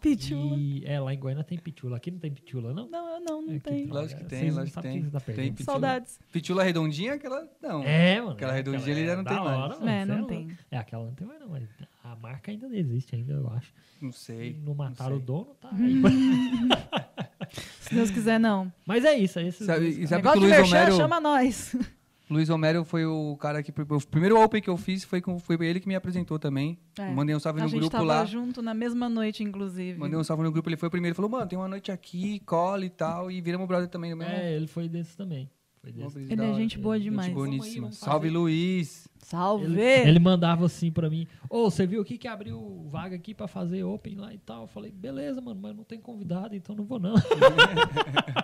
Pitula.
E, é, lá em Goiânia tem pitula. Aqui não tem pitula, não?
Não, eu não, não
É, que
tem.
droga.
Lógico que tem,
Vocês não
lógico que
sabem
tem.
o Vocês tá
Tem
perdendo.
pitula.
Saudades.
Pitula redondinha, aquela. Não.
É, mano.
Aquela
é,
redondinha ali já não
da
tem mais.
hora,
É,
mano, cê é
não
louco.
tem.
É, aquela não tem mais, não. Mas a marca ainda existe, ainda, eu acho.
Não
E
sei.
não mataram o
sei.
dono, tá aí.
Se Deus quiser, não.
Mas é isso, é isso.
Sabe- e sabe que o
Negócio de
Luiz
merchan,
Homero.
chama nós.
Luiz Romero foi o cara que. O primeiro open que eu fiz foi, com, foi ele que me apresentou também.
É.
Mandei um salve
a
no
gente
grupo
tava
lá.
junto na mesma noite, inclusive.
Mandei um salve no grupo, ele foi o primeiro. Falou, mano, tem uma noite aqui, cola e tal. E viramos brother também no mesmo.
É, ele foi desse também. Foi
Uma
desse.
brisa
Ele
da
é
hora.
gente boa
Gente
demais.
boníssima.
Vamos aí, vamos
Salve,
fazer.
Luiz.
Salve!
Ele, ele mandava assim pra mim: Ô, você viu aqui que abriu vaga aqui pra fazer open lá e tal? Eu falei: beleza, mano, mas não tem convidado, então não vou não.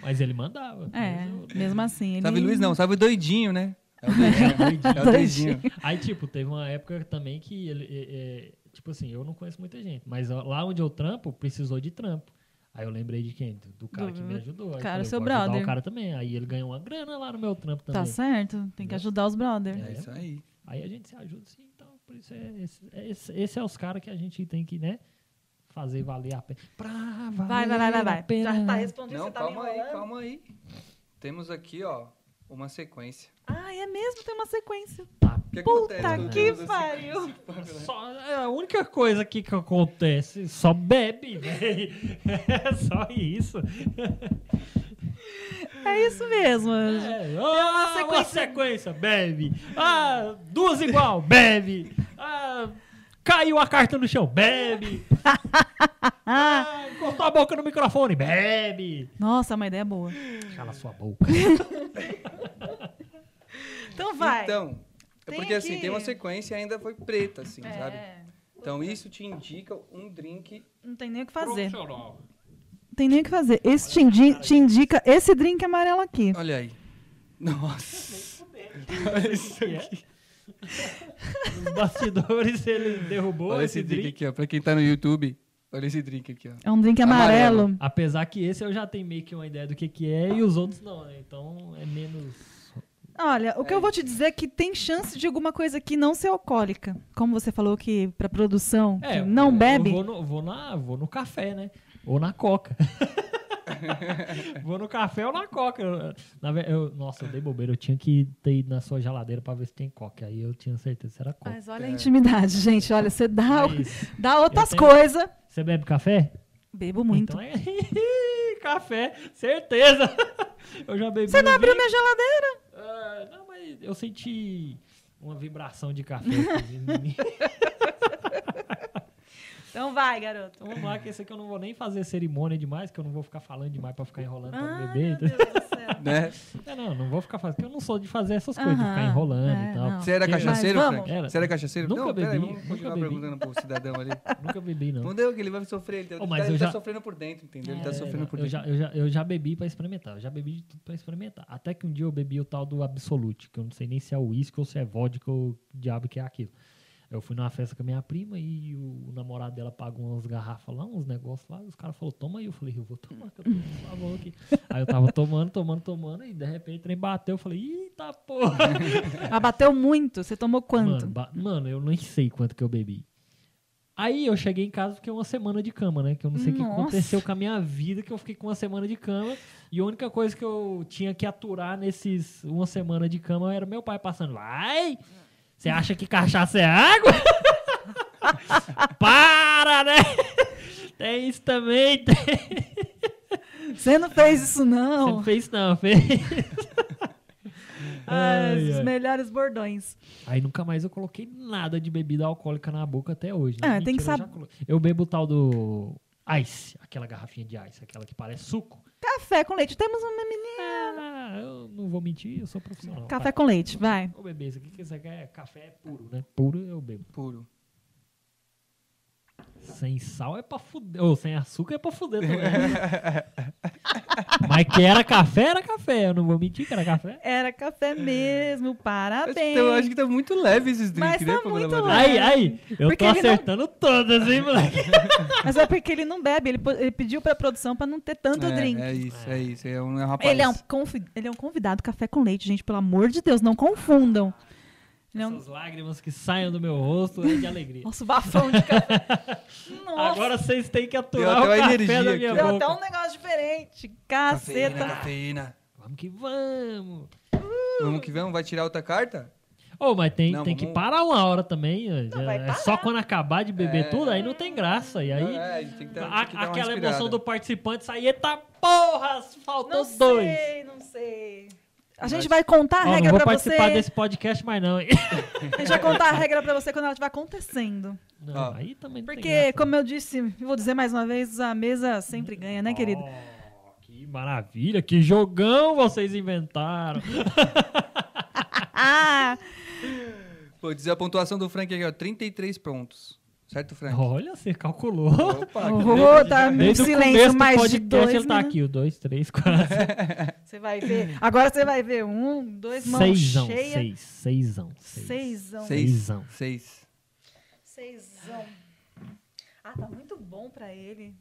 mas ele mandava.
É,
Mas eu-
mesmo assim. Ele...
Salve, Luiz não. Salve, doidinho, né? É o doidinho. é o doidinho.
Aí, tipo, teve uma época também que ele. é, é, tipo assim, eu não conheço muita gente, mas ó, lá onde eu trampo, precisou de trampo. Aí eu lembrei de quem? Do, do cara
Do-
que me ajudou. Aí eu
cara,
falei,
seu
"Vou ajudar
brother."
O cara também. Aí ele ganhou uma grana lá no meu trampo também.
Tá certo, tem que ajudar os brothers.
É isso aí.
Aí a gente se ajuda sim, então por isso é, esse, é esse, esse é os caras que a gente tem que, né, fazer valer a pena. Pra valer
Vai, vai, vai, vai,
a
vai.
pena.
Já tá respondendo,
Não,
você tá
calma
me
aí,
enrolando.
calma aí. Temos aqui, ó, uma sequência.
Ah, é mesmo, tem uma sequência.
Tá.
O que acontece
Puta
quando
que
temos assim, a
pariu!
Só,
né?
é a única coisa aqui que acontece, só bebe, velho. É só isso.
É isso mesmo.
É, ah,
sequência-
uma sequência, bebe. Ah, duas igual, bebe. Ah, caiu a carta no chão, bebe. Ah, cortou a boca no microfone, bebe.
Nossa, é uma ideia boa.
Cala sua boca.
Então vai.
Então, é
Tem
porque assim,
aqui.
tem uma sequência e ainda foi preta, assim,
É,
sabe? Então isso te indica um drink.
não tem nem o que fazer.
Profissional.
Não tem nem o que fazer. Esse te, indi- te indica esse drink amarelo aqui.
Olha aí. Nossa. Olha isso
é?
aqui.
Os É. bastidores ele derrubou
Olha
esse drink.
aqui, ó. Pra quem tá no YouTube, olha esse drink aqui, ó.
É um drink amarelo.
Amarelo.
Apesar que esse eu já tenho meio que uma ideia do que, que é e os outros não, né? Então é menos.
Olha, o que eu vou te dizer é que tem chance de alguma coisa que não ser alcoólica. Como você falou que pra produção que
É,
não
eu-
bebe.
Eu vou no, vou, na, vou no café, né? Ou na coca. vou no café ou na coca. Eu- na ve- eu- nossa, eu dei bobeira. Eu tinha que ter ido na sua geladeira pra ver se tem coca. Aí eu tinha certeza se era coca.
Mas olha a
É.
intimidade, gente. Olha, você dá,
Mas
dá outras
É tenho-
coisas.
você bebe café?
Bebo muito.
Então é café, certeza. eu já bebi.
Você não
um
abriu
vinho.
minha geladeira?
Ah, não, mas eu senti uma vibração de café. aqui em mim.
Então vai, garoto.
então vamos lá, que esse aqui eu não vou nem fazer cerimônia demais, que eu não vou ficar falando demais pra ficar enrolando pra
Ah,
beber.
meu Deus do céu.
Né?
É, não, não vou ficar fazendo, porque eu não sou de fazer essas coisas, de ficar
Aham,
enrolando
é,
e tal.
não.
Você era
Mas
cachaceiro,
vamos.
Frank?
Era.
Você era cachaceiro?
Nunca
não, peraí,
bebi,
vamos
nunca
continuar
bebi.
perguntando pro cidadão ali.
Nunca bebi, não.
Não deu que ele vai sofrer, ele, tá-
Ô, mas
tá,
eu
ele tá
já-
sofrendo por dentro, entendeu? Ele tá
É,
sofrendo por
eu,
dentro.
já, eu, já, eu já bebi pra experimentar, eu já bebi de tudo pra experimentar. Até que um dia eu bebi o tal do Absolute, que eu não sei nem se é uísque ou se é vodka ou o diabo que é aquilo. Eu fui numa festa com a minha prima e o, o namorado dela pagou umas garrafas lá, uns negócios lá, e os caras falaram, toma aí. Eu falei, eu vou tomar, que eu tô com sabor aqui. aí eu tava tomando, tomando, tomando, e de repente o trem bateu. Eu falei, eita porra!
Ah, bateu muito. Você tomou quanto?
Mano, ba- mano, eu nem sei quanto que eu bebi. Aí eu cheguei em casa porque uma semana de cama, né? Que eu não sei o que
Nossa.
aconteceu com a minha vida, que eu fiquei com uma semana de cama. E a única coisa que eu tinha que aturar nesses uma semana de cama era meu pai passando. Vai! Você acha que cachaça é água? Para, né? Tem isso também. Tem...
Você não fez isso,
Você
não.
não fez não, fez.
Ah,
Ai,
os
ai.
melhores bordões.
Aí nunca mais eu coloquei nada de bebida alcoólica na boca até hoje. né?
Ah, tem que
Mentira, eu já
sab-
colo- Eu bebo o tal do ice, aquela garrafinha de ice, aquela que parece suco.
Café com leite. Temos um uma menina.
Ah, eu não vou mentir, eu sou profissional.
Café com leite, vai.
Ô bebê, isso aqui que você quer é café puro, né? Puro eu bebo.
Puro.
Sem sal é pra fuder. Ou sem açúcar é pra fuder também. né? Mas que era café, era café. Eu não vou mentir que era café.
Era
É.
café mesmo. Parabéns.
Então, eu acho que tá muito leve esses drinks,
Mas
né,
tá
Pamela
muito
Madeira?
leve.
Aí, aí, eu
Porque
tô
ele não-
acertando todas, hein, moleque?
Mas é porque ele não bebe. Ele, po- ele pediu pra produção pra não ter tanto
é,
drink.
É isso, é isso. É um, é um rapaz.
Ele é, um confi- ele é um convidado café com leite, gente. Pelo amor de Deus, não confundam. Ele é um-
Essas lágrimas que saem do meu rosto é de alegria.
Nossa, o bafão de café. Nossa,
Agora vocês têm que
Deu
aturar
até
o
uma
café
energia
da minha
aqui.
deu
boca.
até um negócio diferente.
Cafeína,
Caceta.
cafeína.
Vamos que vamos.
Vamos que vamos, vai tirar outra carta?
Ô, mas tem,
Não,
tem que
vamos-
parar uma hora também.
vai
é
parar.
só quando acabar de beber
É.
tudo, aí não tem graça. E aí,
é, tem que dar,
a-
tem que dar uma
aquela
respirada.
emoção do participante sair, eita porra, faltou
não
dois.
sei, não sei. A gente vai contar a
Ó, não
regra
vou
pra você.
participar desse podcast mais não, hein?
A gente vai contar a regra pra você quando ela estiver acontecendo.
Não,
Ó.
aí também não tem
Porque,
graça,
como eu disse, vou dizer mais uma vez, a mesa sempre ganha, né,
não.
querido?
Ó, que maravilha, que jogão vocês inventaram.
Ah!
Vou dizer a pontuação do Frank aqui, ó. 33 pontos. Certo, Frank?
Olha, você calculou.
Opa, que
Vou
beleza.
dar um
Desde o
silêncio
começo do
mais de
podcast
dois.
ele tá
né?
aqui, o 2, 3, 4,
Você vai ver. Agora você vai ver um, dois mãos
6,
cheias.
6, 6, 6.
Seisão.
Seis.
Seisão.
Seis.
Seisão. Ah, tá muito bom pra ele.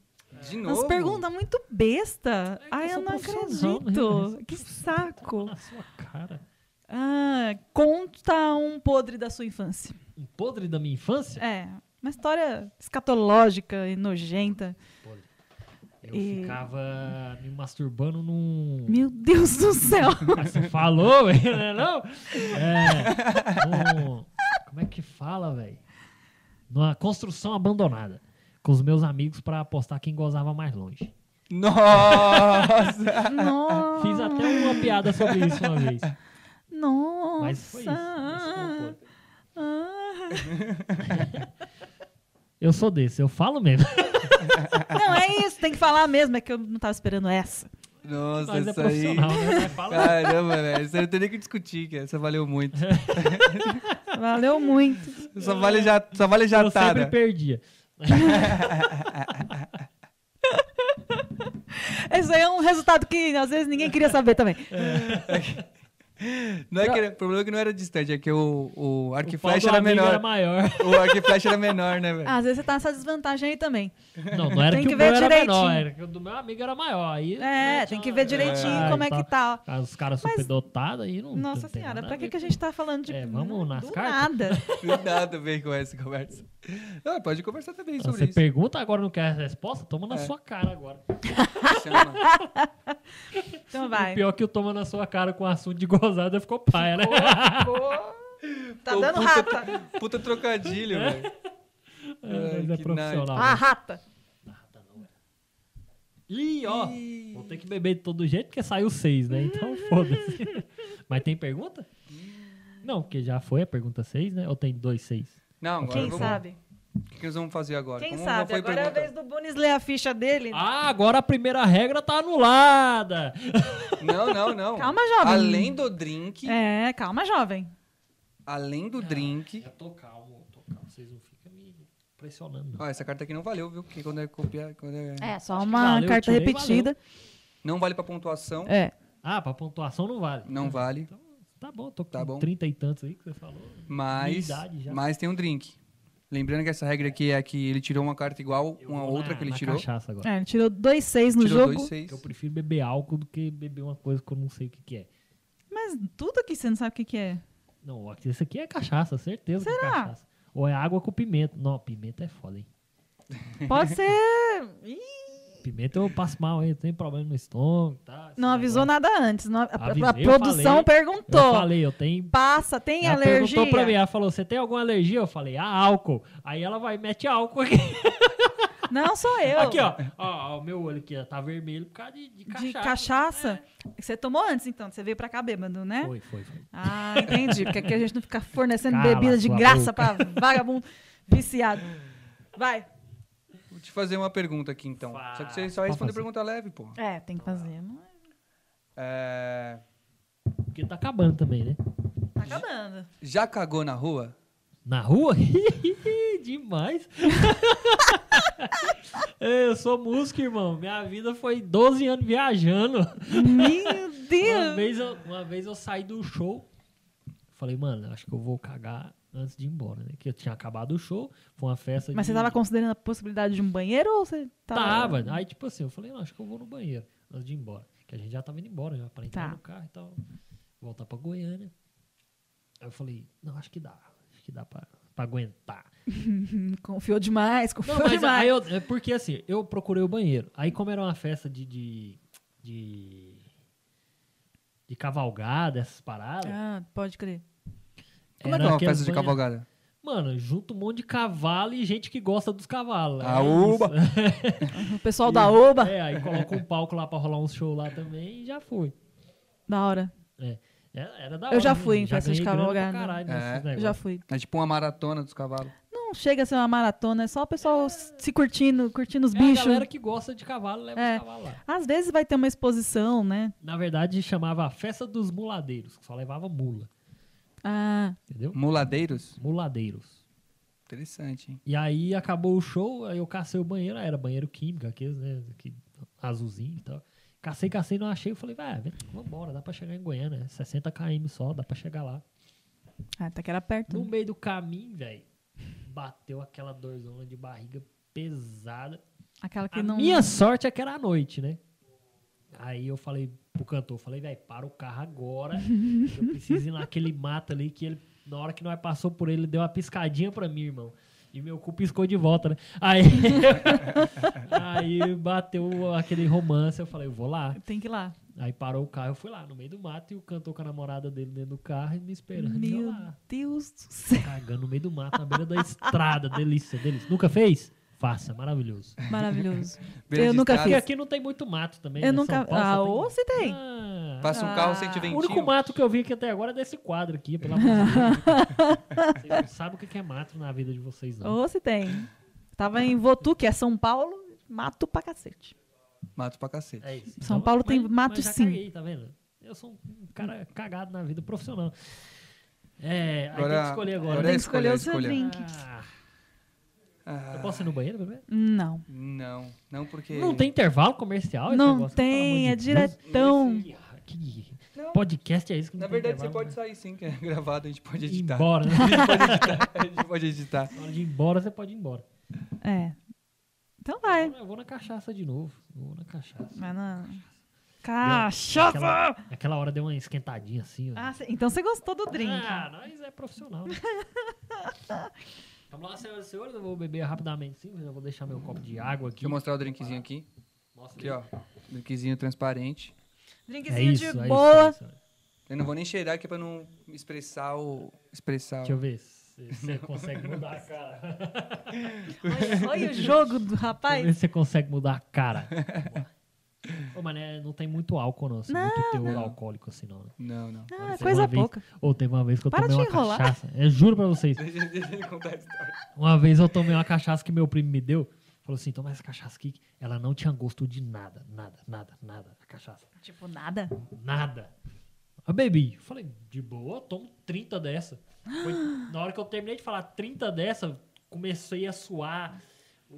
De novo.
Umas perguntas muito besta.
É que eu
Ai, eu
sou
não
profissional, né? Eu
acredito.
sou
Que saco.
Na sua cara.
Ah, conta um podre da sua infância.
Um podre da minha infância?
É, uma história escatológica e nojenta.
Eu
E-
ficava me masturbando num.
Meu Deus do céu.
Ah, Você falou, velho, né? Não? É. num- Como é que fala, velho? Numa construção abandonada. Com os meus amigos pra apostar quem gozava mais longe.
Nossa!
Nossa.
Fiz até uma piada sobre isso uma vez.
Nossa.
Mas foi isso. Esse foi o podre.
Ah.
Eu sou desse, eu falo mesmo.
Não, é isso, tem que falar mesmo, é que eu não tava esperando essa.
Nossa,
Mas é
isso aí.
profissional, né? Mas fala
Caramba, velho. Isso aí não tem nem o que discutir, cara. Só valeu muito.
Valeu muito.
É.
Só vale já, tá, né? só vale
eu sempre
jatada.
perdia.
Isso aí é um resultado que às vezes ninguém queria saber também.
Não é que, era- o problema é que não era distante, é que o, o arco e
O pau do
flecha era
amigo
menor.
Era maior.
O arco e flecha era menor, né,
É.
velho?
Ah, Às vezes você tá nessa desvantagem aí também.
Não, não era
Tem
que,
que
o
ver
meu era
direitinho.
menor, era que o do meu amigo era maior. Aí, né,
É, tem que ver direitinho
Ah,
como é
então.
que tá.
Ah, Os caras
Mas-
superdotados aí não.
Nossa
não tem
senhora,
nada
pra
a ver
que, que a
com
gente tá falando de
É, vamos nas
do
cartas?
nada?
Não tem nada a ver com essa conversa. Não, pode conversar também
isso.
sobre
Ah, Você
isso.
pergunta agora não quer a resposta? Toma na
É.
sua cara agora.
Chama.
Então vai.
Pior é que eu toma na sua cara com um assunto de gozada ficou paia, né?
Tá
Ô,
dando
puta-
rata.
Puta trocadilho, velho.
É,
Ai,
mas é
que
profissional.
Ah,
né?
rata.
Ih, ó.
Ih.
Vou ter que beber de todo jeito porque saiu seis, né?
Hum.
Então foda-se. Mas tem pergunta? Não, porque já foi a pergunta seis, né? Ou tem dois seis?
Não, agora
Quem
vamos.
sabe?
O que que nós vamos fazer agora?
Quem
Como não
sabe?
foi
Agora é a
pergunta-
vez do Bonis ler a ficha dele.
Ah, agora a primeira regra tá anulada.
Não, não, não.
Calma, jovem.
Além do drink,
É, calma, jovem.
além
É.
do drink.
Eu tô calmo, tô calmo. Vocês não ficam me pressionando.
Ó, essa carta aqui não valeu, viu? Porque quando é copiar, quando é-
É, só
que
uma
valeu,
carta
tirei,
repetida.
não vale pra pontuação,
É.
Ah, pra pontuação não vale.
não vale,
Então, tá bom, tô com
Tá bom.
30 e tantos aí que você falou. Minha
mas
idade já.
mas tem um drink. Lembrando que essa regra aqui é que ele tirou uma carta igual
Eu
uma
vou
outra
na-
que ele
na
tirou.
cachaça agora.
É, ele tirou dois seis no
Tirou
jogo.
dois
Porque
seis.
Eu prefiro beber álcool do que beber uma coisa que eu não sei o que, que é.
Mas tudo aqui você não sabe o que, que é.
Não, ó, isso aqui é cachaça, certeza que é
Será?
cachaça. Ou é água com pimenta. Não, pimenta é foda, hein?
Pode ser. Ih,
Pimenta eu passo mal, hein? Tem problema no estômago, tá? Esse
não avisou
negócio.
nada antes. não- a, a- a
Avisei, eu
produção
falei.
perguntou.
Eu falei, eu tenho...
Passa, tem
ela
alergia?
perguntou pra mim, ela falou, você tem alguma alergia? Eu falei, ah, álcool. Aí ela vai, e mete álcool aqui.
Não, sou eu.
Aqui, ó. Ó, ó, o meu olho aqui ó, tá vermelho por causa de, de cachaça.
De
né?
cachaça? Que Você tomou antes, então. Você veio pra cá bêbado, né?
Foi, foi, foi.
Ah, entendi. Porque aqui a gente não fica fornecendo
Cala
bebida de
sua
graça pra vagabundo viciado. Vai.
Vou te fazer uma pergunta aqui então.
Fa-
Só que você só
pode
responde
fazer.
pergunta leve, pô.
É, tem que fazer. mas
É,
Porque tá acabando também, né?
Tá acabando.
Já cagou na rua?
Na rua? Demais. É, Eu sou músico, irmão. Minha vida foi 12 anos viajando.
Meu
Uma
Deus.
vez, eu, uma vez eu saí do show. Falei, mano, acho que eu vou cagar antes de ir embora, né? Que eu tinha acabado o show. Foi uma festa
Mas
de...
você tava considerando a possibilidade de um banheiro ou você tava...
Tava. Aí, tipo assim, eu falei, não, acho que eu vou no banheiro antes de ir embora. Que a gente já tava indo embora, já pra entrar
Tá.
no carro e tal. Voltar pra Goiânia. Aí eu falei, não, acho que dá. Acho que dá pra, pra aguentar.
Confiou demais, confiou
Não, mas
demais.
aí eu, é porque assim, eu procurei o banheiro. Aí como era uma festa de... de, de de cavalgada, essas paradas.
Ah, pode crer.
Como é que
era
é uma
aqueles
festa de
banheiros-
cavalgada?
Mano, junta um monte de cavalo e gente que gosta dos cavalos.
Ah,
É
Aúba!
isso.
O pessoal da Oba.
É, aí coloca um palco lá pra rolar um show lá também e já foi.
Da hora.
Era, era da
Eu já
hora, né?
fui em festa de
ganhei grana
cavalgada.
pra Caralho,
É.
nesses
Eu
Eu
negócios.
já fui.
É tipo uma maratona dos cavalos.
Não chega a ser uma maratona, é só o pessoal se curtindo, curtindo os
É a
bichos.
galera que gosta de cavalo leva
É.
os cavalos lá.
Às vezes vai ter uma exposição, né?
Na verdade, chamava a Festa dos Muladeiros, que só levava mula,
Ah,
entendeu?
Muladeiros?
Muladeiros.
Interessante, hein?
E aí acabou o show, aí eu cacei o banheiro, aí era banheiro químico, aqueles, né? Que, azulzinho e tal. Cacei, cacei, não achei. Eu falei, vai, vem, vambora, dá pra chegar em Goiânia. é 60 km só, dá pra chegar lá.
ah tá que era perto.
No
né?
meio do caminho, velho, bateu aquela dorzona de barriga pesada.
Aquela que
A
não.
minha sorte é que era à noite, né? Aí eu falei pro cantor, falei, velho, para o carro agora. eu preciso ir naquele mato ali que ele, na hora que nós passou por ele, ele deu uma piscadinha pra mim, irmão. E meu cu piscou de volta, né? Aí, aí bateu aquele romance, eu falei, eu vou lá.
Tem que ir lá.
Aí parou o carro, eu fui lá no meio do mato e o cantor com a namorada dele dentro do carro e me esperando. e eu
Meu
então lá,
Deus do céu.
cagando no meio do mato, na beira da estrada. Delícia, delícia. Nunca fez? Faça, maravilhoso.
Maravilhoso.
Beira
Eu
de
nunca
Porque
estrada,
fiz.
aqui não tem muito mato também.
Eu
né?
nunca.
São Paulo
Ah,
só
ou se tem.
Ah,
Passa um carro, sente
Ah.
o
ventinho.
único mato que eu vi aqui até agora é desse quadro aqui, pelo amor de Deus. Vocês não sabem o que que é mato na vida de vocês, não.
Ou se tem. Tava em Votu, que é São Paulo, mato pra cacete.
Mato pra cacete.
É isso.
São Paulo tem mato,
já
sim.
Caguei, tá vendo? Eu sou um cara cagado na vida profissional. É, aí tem que escolher agora.
agora é
Tem que escolher o seu
escolher.
drink.
Ah,
Ah,
eu posso ir no banheiro primeiro?
Não.
não, não porque...
Não tem intervalo comercial? esse
Não
negócio? Pelo amor
tem,
de
é
Deus. ah,
diretão.
Que, que
Não.
podcast é isso que não
Na
tem
verdade, você
intervalo,
pode sair sim, que é gravado, a gente pode
né? Ir
editar.
Embora, né?
A gente pode editar.
Na hora de ir embora, você pode ir embora.
É. Então vai.
Eu vou na cachaça de novo. Eu vou na cachaça.
Mas não.
Aquela,
Cachaça!
aquela hora deu uma esquentadinha assim. ó.
Ah, cê- então você gostou do drink.
Ah, nós é profissional. né? Vamos lá, senhoras e senhores. Eu vou beber rapidamente sim, mas eu vou deixar meu copo de água aqui.
Deixa eu mostrar o drinkzinho aqui.
Mostra
Aqui,
aí.
ó. Drinkzinho transparente.
É
Drinkzinho
isso, é
de
isso,
boa.
é isso, é isso.
Eu não vou nem cheirar aqui pra não expressar o... Expressar
Deixa eu
o...
ver se você consegue mudar a cara. é
Olha, olha o jogo do
Deixa eu ver
rapaz.
se você consegue mudar a cara. Ô, mas né, não tem muito álcool, não. Assim, muito teor
não.
alcoólico assim, não. né?
Não, não.
Ah,
Teve
coisa
uma vez-
pouca.
Ou teve uma vez que eu
Para
tomei
de
uma
enrolar.
cachaça. Eu juro pra vocês.
Deixa, deixa ele contar a história.
Uma vez eu tomei uma cachaça que meu primo me deu. Falou assim: toma essa cachaça aqui. Ela não tinha gosto de nada, nada, nada, nada. A cachaça,
Tipo, nada.
nada. "Ah, Eu bebi. Falei: de boa, eu tomo 30 dessa. Foi- na hora que eu terminei de falar 30 dessa, comecei a suar.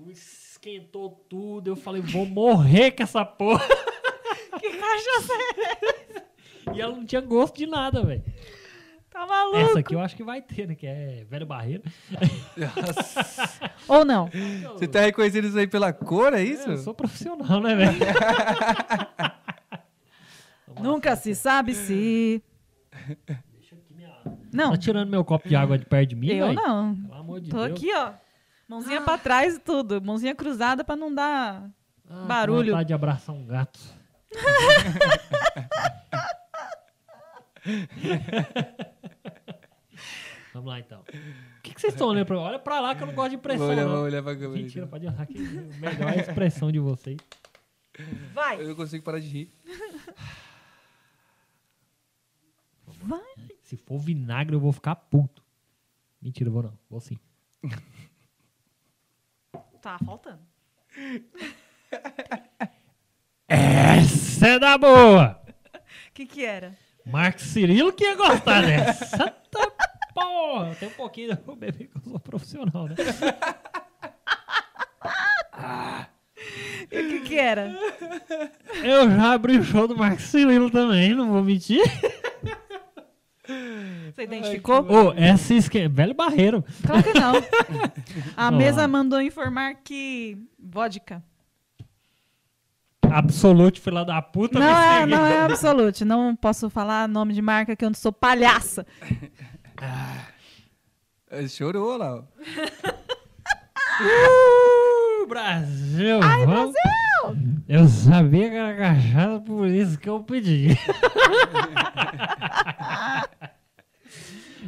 Esquentou tudo. Eu falei: vou morrer com essa porra.
Que cachaça é?
E ela não tinha gosto de nada, velho.
Tá maluco?
Essa aqui eu acho que vai ter, né? Que é velho barreiro.
Nossa.
Ou não?
Você tá reconhecendo isso aí pela cor, é isso?
É, eu sou profissional, né, velho?
Nunca se sabe se.
Deixa aqui minha
Não,
Tá tirando meu copo de água de perto de mim,
eu
velho?
não.
Pelo amor de Ah.
Tô
Deus.
aqui, ó. Mãozinha pra trás e tudo. Mãozinha cruzada pra não dar.
Ah, que
Barulho.
Vontade de abraçar um gato. Vamos lá, então. O que, que vocês estão olhando pra Olha pra lá que eu não gosto de
Vou
pressão,
olhar,
não.
vou olhar pra câmera.
Mentira, pode olhar aqui. O Melhor é a expressão de vocês.
Vai!
Eu não consigo parar de rir.
Vai!
Se for vinagre, eu vou ficar puto. Mentira, eu vou não. Vou sim.
Tá faltando.
Essa é da boa!
O que que era?
Marco Cirilo que ia gostar dessa. Tá porra! Tem um pouquinho do bebê que eu sou profissional, né?
E o que que era?
Eu já abri o show do Marco Cirilo também, não vou mentir.
Você identificou?
Ô, essa esque... Velho barreiro.
Claro que não. A
Não.
mesa mandou informar que. Vodka.
Absolute, filha da puta.
Não
me
é,
segue.
não é absolute. Não posso falar nome de marca que eu não sou palhaça.
Ele É, Chorou lá, ó.
Uh, Brasil! Ai, Brasil! Eu sabia que era cachaça, por isso que eu pedi.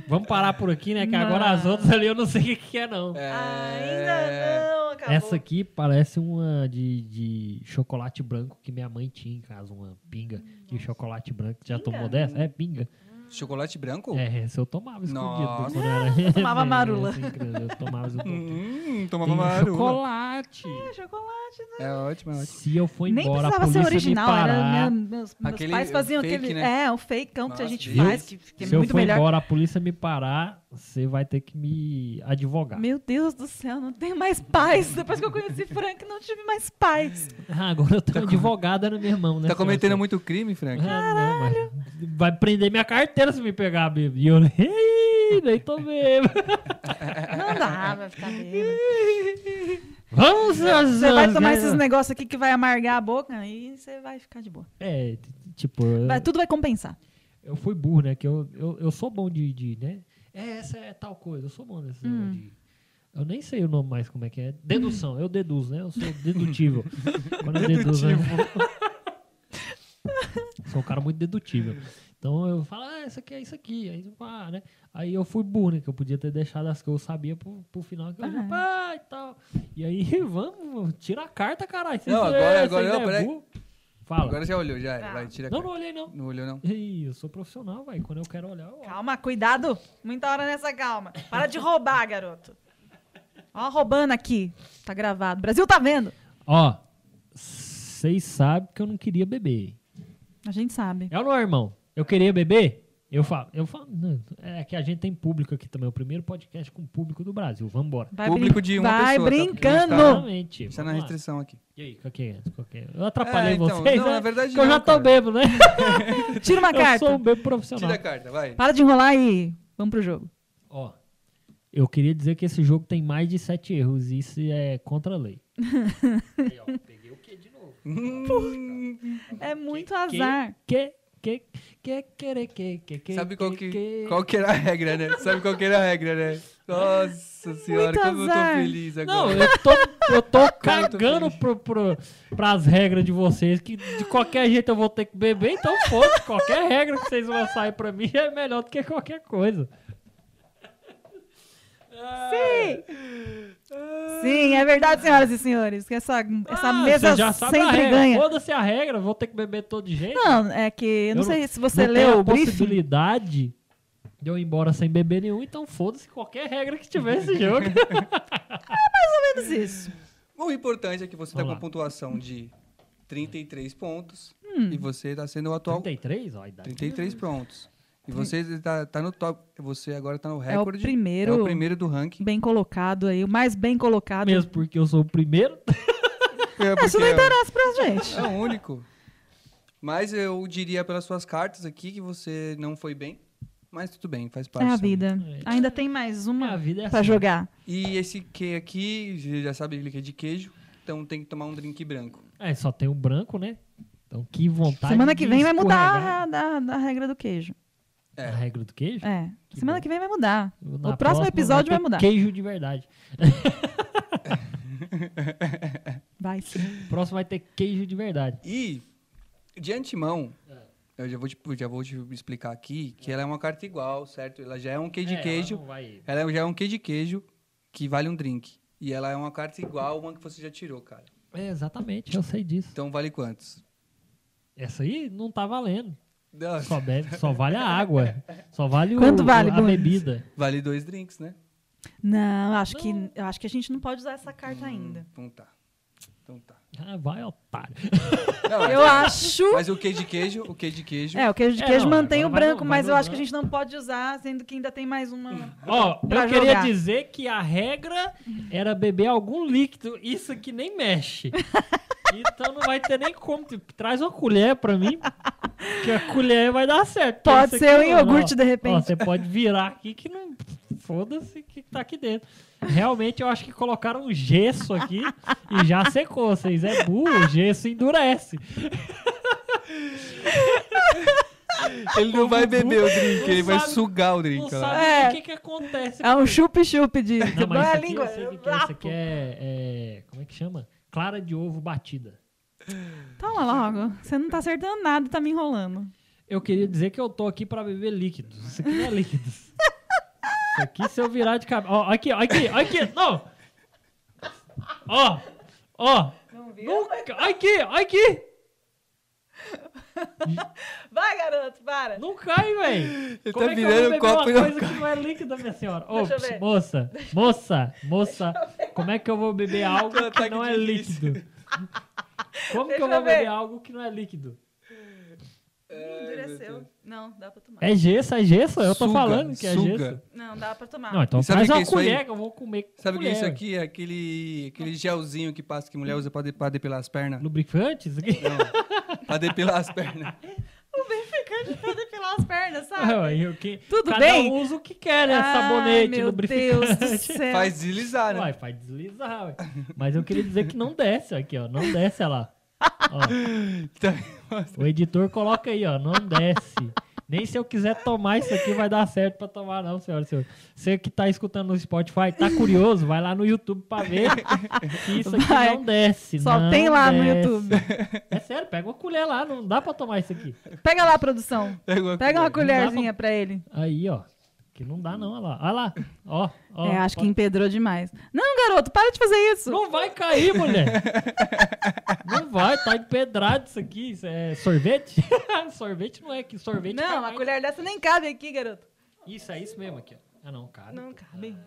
Vamos parar por aqui, né? Que agora as outras ali eu não sei o que, que é, não.
É...
Ainda não, acabou.
Essa aqui parece uma de, de chocolate branco que minha mãe tinha em casa, uma pinga de chocolate branco. Já
Pinga?
tomou dessa? É, pinga.
Chocolate branco?
É, essa eu tomava escondido.
Nossa.
quando eu era-
Tomava
era
marula.
assim, criança, eu tomava escondido.
Hum,
Tem
tomava marula.
chocolate.
É, chocolate, né?
É ótimo, é ótimo.
Se eu for
Nem
embora, a
precisava
polícia
ser original,
me parar,
era minha- meus, meus
Aquele
pais faziam
fake,
aquele.
né?
É, o fakeão que a
Nossa,
gente
viu?
faz, que, que é
se eu
muito
for
melhor.
embora, a polícia me parar, você vai ter que me advogar.
Meu Deus do céu, não tenho mais paz. Depois que eu conheci Frank, não tive mais paz.
Ah, agora eu
Tá
tenho
com-
advogada no meu irmão, né?
Tá cometendo
senhor?
muito crime, Frank?
Ah, não, mas vai prender minha carteira se me pegar, bêbado. E eu nem, nem tô bêbado.
Não dá pra ficar bêbado.
Vamos,
Você vai tomar esses negócios aqui que vai amargar a boca e você vai ficar de boa.
É, t- tipo, eu,
Vai- tudo vai compensar.
eu fui burro, né? Que eu, eu, eu sou bom de, de, né? É, essa é tal coisa, eu sou bom nesse
Hum.
negócio de... Eu nem sei o nome mais como é que é. Dedução, eu deduzo, né? Eu sou dedutível. Quando eu deduzo, né? Sou um cara muito dedutível. Então eu falo, ah, isso aqui é isso aqui. Aí, pá, né? aí eu fui burro, né? Que eu podia ter deixado as que eu sabia pro, pro final. Que eu já,
Aham.
pá, e tal. E aí, vamos, tira a carta, caralho. Se
Não,
isso
agora-
é- se
agora
isso
não,
é
peraí.
burro, Fala.
Agora já olhou, já era.
Ah.
Vai, tira a
não,
cara.
não olhei, não.
Não olhou, não?
Ih, eu sou profissional, vai. Quando eu quero olhar, eu olho.
Calma, cuidado. Muita hora nessa calma. Para de roubar, garoto. Ó, roubando aqui. Tá gravado. O Brasil tá vendo.
Ó, vocês sabem que eu não queria beber.
A gente sabe.
É ou não é, irmão? Eu queria beber? Eu falo, eu falo, não, é que a gente tem público aqui também, é o primeiro podcast com público do Brasil. Vambora.
Vai
Público
brin-
de uma
vai
pessoa, tá?
brincando.
A gente Está Tá
Exatamente.
é na
vamos lá.
restrição aqui.
E aí, qual que é? Qual que é? Eu atrapalhei
É, então,
vocês,
não,
né?
na verdade
Porque eu
não,
já tô
cara.
bebo, né?
Tira uma
eu sou
carta.
um bebo profissional.
Tira a carta, vai.
Para de enrolar e vamos pro jogo.
Ó, eu queria dizer que esse jogo tem mais de sete erros, e isso é contra a lei. aí, ó, peguei o que de novo?
Hum,
É muito azar.
Que, que, que, que, que, que, que,
Sabe qual que, qual que era a regra, né? Sabe qual que era a regra, né? Nossa senhora,
Muito
como eu
azar.
tô feliz
Não,
agora.
eu tô, eu tô cagando
feliz.
pro, pro, pras regras de vocês, que de qualquer jeito eu vou ter que beber, então foda-se, qualquer regra que vocês lançarem pra mim é melhor do que qualquer coisa.
Sim. Sim, é verdade, senhoras e senhores, que essa, essa
Ah,
mesa
você já sabe a
sempre
regra,
ganha.
Foda-se a regra, vou ter que beber todo de jeito.
Não, é que eu não
Eu não-
sei se você
Não tem
leu
a
o briefing.
possibilidade de eu ir embora sem beber nenhum, então foda-se qualquer regra que tiver esse jogo.
Menos isso.
O importante é que você tá
Vamos
com
lá.
pontuação de 33 pontos e você tá sendo o
Então-
atual
33, ó, a idade.
33 pontos. E você tá, tá no top. Você agora tá no
É o
recorde.
primeiro
É o primeiro do ranking.
bem colocado aí, o mais bem colocado.
Tá Mesmo porque eu sou o primeiro.
É,
É, Isso
porque é
não
o-
interessa pra gente.
É o único. Mas eu diria pelas suas cartas aqui que você não foi bem. Mas tudo bem, faz parte.
É a
também.
vida.
É.
Ainda tem mais
Minha
uma
vida é
pra
assim.
jogar.
E esse que aqui, você já sabe, ele que é de queijo. Então tem que tomar um drink branco.
É, só tem o branco, né? Então que vontade.
Semana que
de
vem vai mudar
escorregar.
a, da- da regra do queijo.
É.
a regra do queijo.
É.
Que
Semana
bom.
que vem vai mudar.
Na
o próximo
próxima
episódio
ter
vai mudar.
Queijo de verdade.
Vai sim.
O próximo vai ter queijo de verdade.
E, de antemão,
É.
eu já vou, te, já vou te explicar aqui que ela é uma carta igual, certo? Ela já é um queijo de
É,
queijo.
ela não vai-
Ela já é um queijo de queijo que vale um drink. E ela é uma carta igual a uma que você já tirou, cara.
É, exatamente, eu sei disso.
Então vale quantos?
Essa aí não tá valendo.
Não,
Só, bebe, só vale a água. Só vale o-
Quanto vale,
a
Bruno?
bebida.
vale dois drinks, né?
Não, acho que
Não. Hum.
eu acho que a gente não pode usar essa carta ainda.
Então tá. Então tá.
Ah, vai, otário.
Não, é mas-
Eu acho.
Mas o queijo de queijo, o queijo de queijo.
É, o queijo de
É,
queijo
não,
mantém o
agora vai
branco,
no- vai
mas
no
eu acho que a
branco.
gente não pode usar, sendo que ainda tem mais uma.
Ó,
Pra
eu queria
jogar.
dizer que a regra era beber algum líquido. Isso aqui nem mexe. Então não vai ter nem como. Tipo, Traz uma colher pra mim. Que a colher vai dar certo.
Pode
Isso
ser
aqui
um
não,
iogurte, de repente.
Ó, você pode virar aqui que não. Foda-se que tá aqui dentro. Realmente eu acho que colocaram um gesso aqui e já secou. Vocês é burro, o gesso endurece.
Ele não vai beber o drink,
Não
ele vai
sabe-
sugar o
Não
drink. ó.
sabe
É.
o que, que acontece.
É um chup-chup de.
Não,
Não é a
mas isso
língua.
aqui eu sei o que que é. Isso aqui é, é- Como é que chama? Clara de ovo batida.
Toma logo. Você não tá acertando nada, tá me enrolando.
Eu queria dizer que eu tô aqui pra beber líquidos. Isso aqui não é líquidos. Isso aqui se eu virar de cabeça. Ó, aqui, ó, aqui, ó, aqui. Não! Ó! Ó!
Não viu?
Nunca! Ai que! Ai que!
Vai, garoto, para.
Não cai, velho!
Ele
Como
tá
é que eu
virando
vou beber
o copo e
uma
não
coisa que não é líquida, minha senhora? Ô,
Deixa eu
ps,
ver.
moça! Moça! Moça! Como é que eu vou beber algo
Quando tá
que não
que
é
difícil.
líquido? Como que
Deixa
eu vou
eu ver.
beber algo que não é líquido?
Ih,
meu
Endureceu. Não, dá pra tomar.
É gesso, é gesso? Eu tô
Suga,
falando que é
suga.
gesso.
Não, dá pra tomar.
Não, então
E sabe
faz
o que é
uma
isso aí?
colher que eu vou comer com
Sabe o que é isso
colher.
aqui? É Aquele, aquele gelzinho que passa que mulher usa pra, de, pra depilar as pernas.
Lubrificante? Isso aqui?
Não, pra depilar as pernas.
O verificante pra depilar as pernas, sabe?
Aí eu que-
Tudo
Cada
bem?
um usa o que quer, né?
Ah,
Sabonete,
meu
lubrificante.
Deus do céu.
Faz deslizar, né?
É. Uai, faz deslizar, ué. Mas eu queria dizer que não desce aqui, ó. Não desce, olha lá. Ó,
Tá-
o editor coloca aí, ó. Não desce. Nem se eu quiser tomar isso aqui vai dar certo pra tomar, não, senhora. e senhor. Você que tá escutando no Spotify, tá curioso? Vai lá no YouTube pra ver que isso aqui
Vai.
não desce.
Só
não
tem lá no
desce.
YouTube.
É sério, pega uma colher lá, não dá pra tomar isso aqui.
Pega lá, produção.
Pega uma
Pega uma
colher.
colherzinha pra ele.
Aí, ó. Que não dá, não, olha lá. Olha lá. Ó, ó.
é, acho que
Pode-
empedrou demais. Não, garoto, para de fazer isso.
Não vai cair, mulher. não vai, tá empedrado isso aqui. Isso é sorvete? sorvete não é que sorvete.
Não,
cai
a
mais.
colher dessa nem cabe aqui, garoto.
Isso, é isso mesmo aqui, ó. Ah, não, cara.
Não cabe.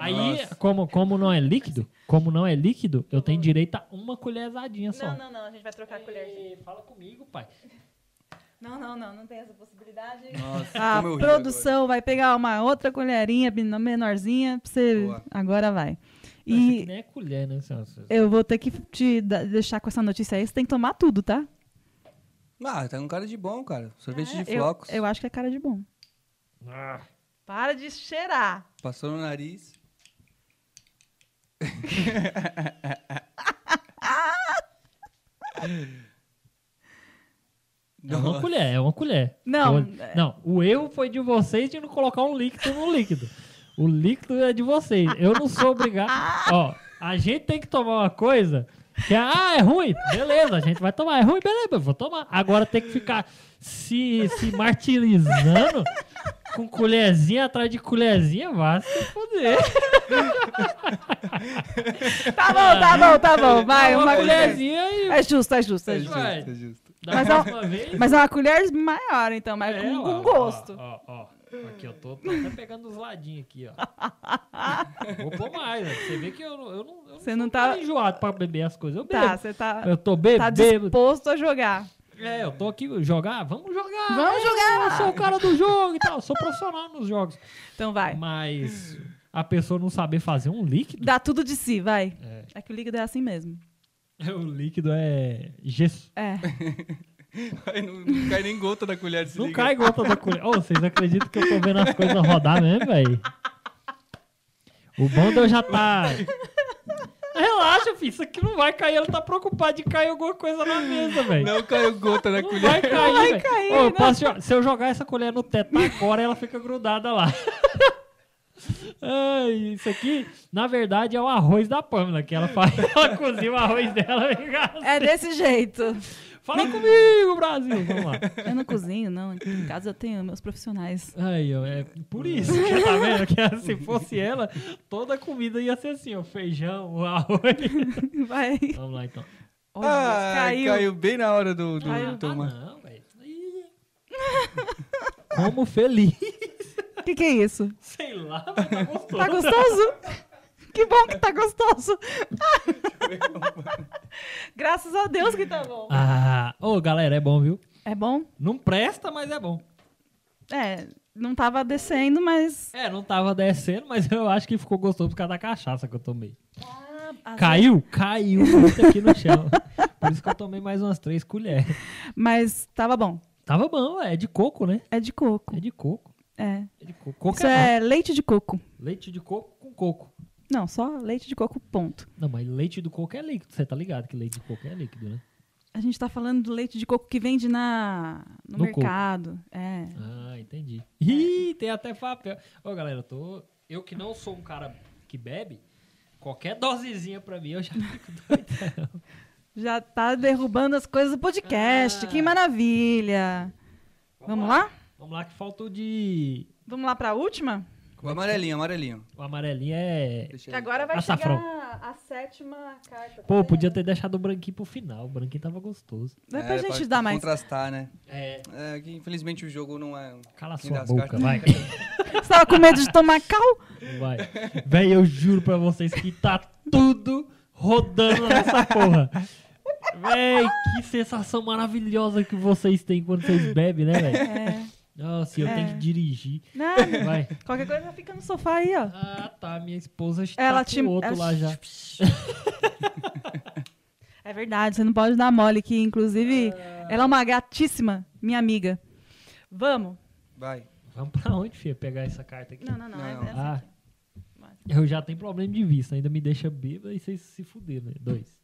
Aí,
Nossa.
como, como não é líquido, como não é líquido, eu tenho direito a uma colherzadinha só.
Não, não, não, a gente vai trocar a colher. sim.
Ei, Fala comigo, pai.
Não, não, não, não tem essa possibilidade.
Nossa,
Ah,
A
como eu rio
produção vai pegar uma outra colherinha men- menorzinha pra você.
Boa.
Agora vai.
Isso aqui
E
nem é colher, né, senhora?
eu vou ter que te da- deixar com essa notícia aí. Você tem que tomar tudo, tá?
agora. Ah, tá um cara de bom, cara. Sorvete de
Eu-
flocos.
Eu, acho que é cara de bom.
Ah,
Para de cheirar.
Passou no nariz.
é uma colher, é uma colher.
Não, é.
Eu- não, o erro foi de vocês de não colocar um líquido no líquido. O líquido é de vocês. Eu não sou obrigado. Ó, a gente tem que tomar uma coisa que é, ah, é ruim. Beleza, a gente vai tomar. É ruim, beleza, eu vou tomar. Agora tem que ficar se, se martirizando com colherzinha atrás de colherzinha. Vai se foder.
Tá bom, tá bom, tá bom. Vai,
uma
uma colher.
colherzinha e.
É justo, é justo, é
É
justo.
justo, é justo.
Da
mas é
próxima vez.
Mas é uma colher maior, então, mas
É,
com,
ó,
com
ó,
gosto.
Ó, ó, Aqui eu tô, tô até pegando os ladinhos aqui, ó. Vou pôr mais, ó. Você vê que eu, não- eu não. Eu
Você
sou
não tá-
enjoado pra beber as coisas. Eu bebo.
Tá, você tá,
Eu tô bebendo.
tá disposto a jogar.
É, eu tô aqui jogar. Vamos jogar.
Vamos
eu
jogar.
sou o cara do jogo e tal. eu Sou profissional nos jogos.
Então vai.
Mas a pessoa não saber fazer um líquido.
Dá tudo de si, vai.
É,
É que o líquido é assim mesmo.
o líquido é gesso.
É.
Aí não, não cai nem gota da colher de
Não cai gota da colher. Ô, vocês acreditam que eu tô vendo as coisas rodar mesmo, velho? O bom de eu já tá. Relaxa, filho. Isso aqui não vai cair. Ele tá preocupado de cair alguma coisa na mesa, velho.
Não caiu gota da
Não
colher.
vai cair,
vai
velho.
cair,
Ô, eu
né?
posso jo- Se eu jogar essa colher no teto agora, ela fica grudada lá. Ai, isso aqui, na verdade, é o arroz da Pamela, que ela faz. Ela cozinha o arroz dela. e-
É desse jeito.
Fala comigo, Brasil. Vamos lá.
Eu não cozinho, não. Aqui em casa eu tenho meus profissionais.
Aí, ó, é por isso que tá vendo que ela, se fosse ela, toda a comida ia ser assim, ó, feijão, o arroz.
Vai.
Vamos lá então.
Olha,
Ah, caiu.
caiu.
bem na hora do, do
Ah,
tomar.
não, velho. Ih. Como feliz.
O que, que é isso?
Sei lá, mas tá gostoso.
Tá gostoso? Que bom que tá gostoso. Graças a Deus que tá bom.
Ah, ô galera, é bom, viu?
É bom?
Não presta, mas é bom.
É, não tava descendo, mas.
É, não tava descendo, mas eu acho que ficou gostoso por causa da cachaça que eu tomei. Ah, Caiu? Caiu muito aqui no chão. Por isso que eu tomei mais umas três colheres.
Mas tava bom.
Tava bom, é de coco, né?
É de coco.
É de coco.
É.
É de coco. Coco
Isso
é
é leite de coco.
Leite de coco com coco.
Não, só leite de coco, ponto.
Não, mas leite do coco é líquido. Você tá ligado que leite de coco é líquido, né?
A gente tá falando do leite de coco que vende na, no,
No coco.
mercado. É.
Ah, entendi. É. Ih, tem até papel. Ô, galera, eu tô... Eu que não sou um cara que bebe, qualquer dosezinha pra mim eu já fico doidão.
Já tá derrubando as coisas do podcast.
Ah.
Que maravilha. Vamos lá?
Vamos lá que faltou de...
Vamos lá pra última?
Ah,
O amarelinho, amarelinho.
O amarelinho é.
Deixa
Que
aí.
agora vai
Açafrão.
chegar a sétima carta.
Pô, podia ter deixado o branquinho pro final. O branquinho tava gostoso.
Não é
É,
pra gente
pode
dar mais.
Contrastar, né?
É.
É, que infelizmente o jogo não é.
Cala
Quem dá
sua
as cartas?
boca, vai.
Você tava com medo de tomar cal?
Vai. Véi, eu juro pra vocês que tá tudo rodando nessa porra. Véi, que sensação maravilhosa que vocês têm quando vocês bebem, né, velho?
É.
Nossa, eu
É.
tenho que dirigir.
Nada.
Vai.
Qualquer coisa fica no sofá aí, ó.
Ah, tá. Minha esposa está
Ela
com
te.
outro
ela-
lá já.
É verdade, você não pode dar mole que, inclusive, ela é uma gatíssima, minha amiga. Vamos.
Vai.
Vamos pra onde, filha, pegar essa carta aqui?
Não, não, não. é
Não.
essa
Ah,
aqui.
eu já tenho problema de vista. Ainda me deixa bêbado e vocês se fuderam, né? Dois.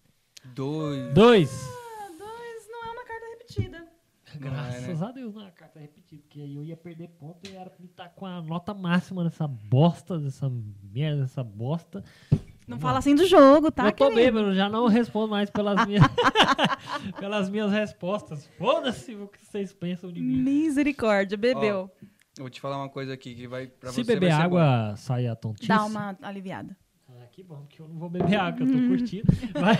Dois.
Dois!
Ah, dois não é uma carta repetida.
Não é,
Graças a Deus, não, a carta é repetida, porque aí eu ia perder ponto e era pra me estar com a nota máxima nessa bosta, dessa merda, dessa bosta.
Não
Vamos
fala
lá.
assim do jogo, tá?
eu tô
querido?
bêbado, já não respondo mais pelas minhas, pelas minhas respostas. Foda-se o que vocês pensam de mim.
Misericórdia, bebeu.
Eu vou te falar uma coisa aqui que vai pra
Se
você.
beber
vai ser
água, sai a tontice.
Dá uma Hum. aliviada.
Ah, que bom, que eu não vou beber água, que eu tô curtindo. Vai.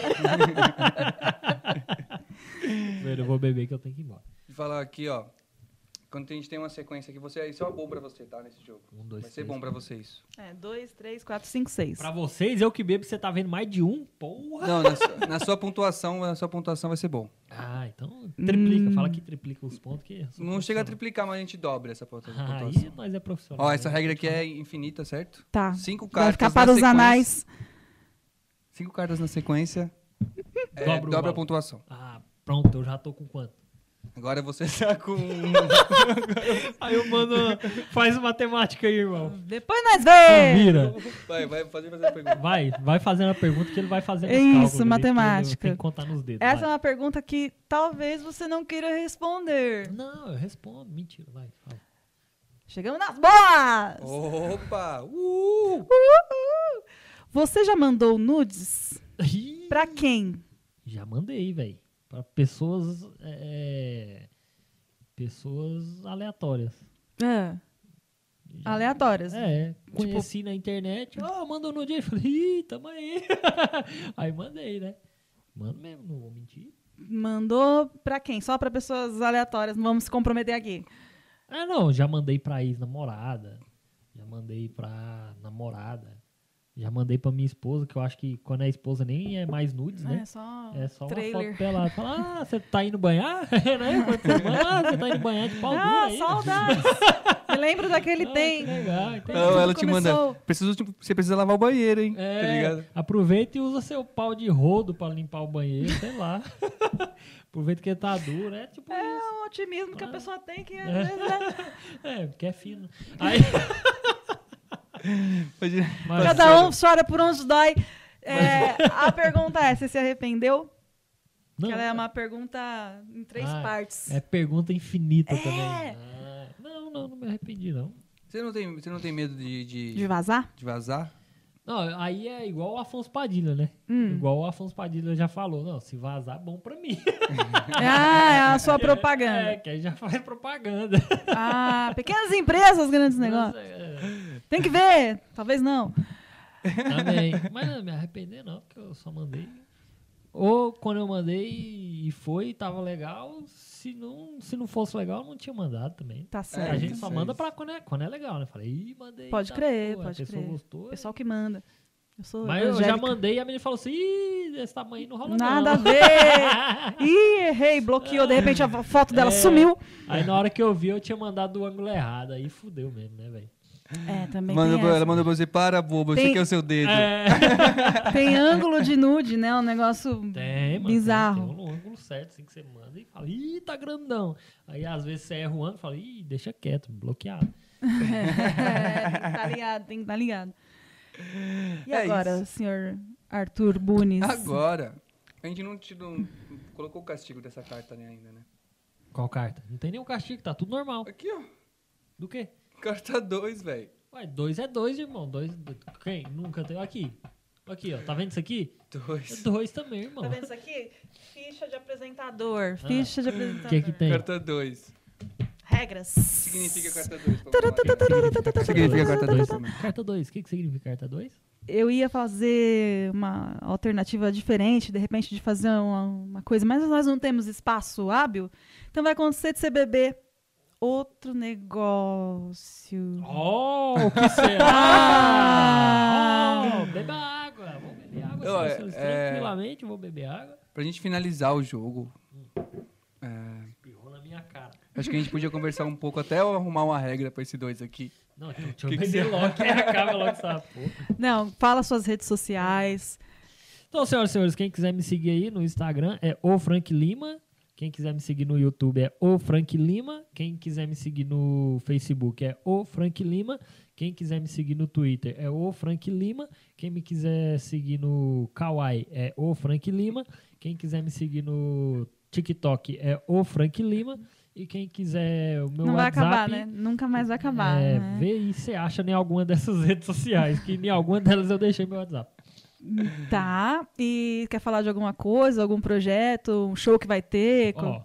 Primeiro eu vou beber que eu tenho que ir embora.
bom. Vou falar aqui, ó. Quando a gente tem uma sequência aqui, você, isso é bom pra você, tá? Nesse jogo.
Um, dois,
vai ser
três,
bom pra você isso.
É, dois, três, quatro, cinco, seis.
Pra vocês, eu que bebo, você tá vendo mais de um? Porra!
Não, na, su- na sua pontuação, na sua pontuação vai ser bom.
Ah, então triplica. Fala que triplica os pontos que... eu sou
Não chega a
profissional.
triplicar, mas a gente dobra essa pontua-
Aí
pontuação.
nós é profissional.
Ó, essa
né?
regra aqui é infinita, certo?
Tá.
Cinco
Vai
cartas
ficar
na
para os
sequência-
anais.
Cinco cartas na sequência. É,
Dobra o
dobra
valor.
a pontuação.
Ah, pronto, eu já tô com quanto?
Agora você tá com.
Aí eu mando... Faz matemática aí, irmão.
Depois nós vê.
Vira.
vai, vai fazer, fazer a pergunta.
Vai, vai fazendo a pergunta que ele vai fazendo os
É
cálculos.
isso,
ali, porque ele
matemática.
Tem que contar nos dedos.
Essa é
vai.
uma pergunta que talvez você não queira responder.
Não, eu respondo. Mentira, vai. fala.
Chegamos nas boas!
Opa! Uh!
Uhul! Você já mandou nudes?
Ih,
Pra quem?
Já mandei, velho. Pra pessoas... é, Pessoas aleatórias. Já-
Aleatórias.
É,
Tipo,
conheci na internet. Ó, mandou no dia. Eu Falei, ih, tamo aí. aí mandei, né? Mano mesmo, não vou mentir.
Mandou pra quem? Só pra pessoas aleatórias, não vamos se comprometer aqui.
Ah, não, já mandei pra ex-namorada. Já mandei pra namorada. Já mandei pra minha esposa, que eu acho que quando é esposa nem é mais nudes, né?
É só,
É só uma
trailer.
foto pelada. Fala, ah, você tá indo banhar? né? Quando você manda, ah, você tá indo banhar de pau dura
Ah,
aí.
saudades! Me lembro daquele
Ah,
tem.
que legal, entendi.
Não, então ela
Tudo
te manda.
começou-
Preciso, tipo, você precisa lavar o banheiro, hein?
É,
Tá ligado?
aproveita e usa seu pau de rodo pra limpar o banheiro, sei lá. aproveita que ele tá duro, é tipo
É
isso.
um otimismo que a
Ah.
pessoa tem que. às
É.
vezes, né?
É, porque é fino. Aí,
Imagina-
mas,
Cada um chora por onde dói. É, a pergunta é: você se arrependeu?
não,
Que ela é uma pergunta em três
Ah,
partes.
é pergunta infinita também.
É.
Ah, não, não, não me arrependi, não.
Você não tem, você não tem medo de, de,
De vazar?
de vazar?
Não, aí é igual o Afonso Padilha, né?
Hum.
Igual o Afonso Padilha já falou. Não, se vazar, é bom pra mim.
Ah, é a sua
É,
propaganda.
que aí já faz propaganda.
Ah, pequenas empresas, grandes negócios.
é.
Tem que ver. Talvez não.
Também. Mas não me arrepender não, porque eu só mandei. Ou quando eu mandei e foi, tava legal. Se não, se não fosse legal, eu não tinha mandado também.
Tá
É,
a
certo.
gente só
isso,
manda
isso.
pra quando é, quando é legal, né? Falei, ih, mandei.
Pode crer,
boa,
pode
A pessoa
crer. É
gostou. né?"
O pessoal que manda. Eu sou
Mas eu já
evangélica.
mandei e a menina falou assim, ih, desse tamanho não rola
Nada a
não.
ver. Ih, errei, bloqueou. De repente a foto dela
É.
sumiu.
Aí na hora que eu vi, eu tinha mandado o ângulo errado. Aí fudeu mesmo, né, velho?
É, também
Manda
tem,
pra- ela
essa.
mandou pra você, para, bobo,
Tem-
você quer o seu dedo.
É,
Tem ângulo de nude, né? Um negócio
tem, mano.
bizarro.
Tem, tem um ângulo certo, assim, que você manda e fala, ih, tá grandão. Aí às vezes você erra o ângulo e fala, ih, deixa quieto, bloqueado.
É, tem que tá ligado, tem que tá ligado. E
É
agora, senhor Arthur Bunes?
Agora. A gente não, te, não colocou o castigo dessa carta né, ainda, né?
Qual carta? Não tem nenhum castigo, tá tudo normal.
Aqui, ó.
Do quê?
Carta 2, velho.
Ué, dois é dois, irmão. Dois. Quem? Nunca tem. Aqui. Aqui, ó. Tá vendo isso aqui? É
2.
dois também, irmão.
Tá vendo isso aqui? Ficha de apresentador. Ficha de
O
apresentador.
que que tem?
Carta 2.
regras.
Significa carta 2.
Significa
Significa
carta
carta dois
2 também.
também.
Carta 2, o que, que significa carta 2?
Eu ia fazer uma alternativa diferente, de repente, de fazer uma, uma coisa, mas nós não temos espaço hábil. Então vai acontecer de você beber outro negócio.
Oh, o que será? oh, beba água. Vou beber água.
Eu,
senhores,
é-
Tranquilamente, vou beber água.
Pra gente finalizar o jogo, é,
Espirrou na minha cara.
acho que a gente podia conversar um pouco até eu arrumar uma regra pra esse dois aqui.
Não, então deixa eu
Que que
beber logo, que acaba logo essa porra.
Não, fala suas redes sociais.
Então, senhoras e senhores, quem quiser me seguir aí no Instagram é o Frank Lima. Quem quiser me seguir no YouTube é o Frank Lima. Quem quiser me seguir no Facebook é o Frank Lima. Quem quiser me seguir no Twitter é o Frank Lima. Quem me quiser seguir no Kawaii é o Frank Lima. Quem quiser me seguir no TikTok é o Frank Lima. E quem quiser o meu
não vai
WhatsApp
acabar, né? Nunca mais vai acabar.
é,
né?
vê aí se acha em alguma dessas redes sociais, que em alguma delas eu deixei meu WhatsApp.
Tá. E quer falar de alguma coisa, algum projeto, um show que vai ter? Co-
Ó,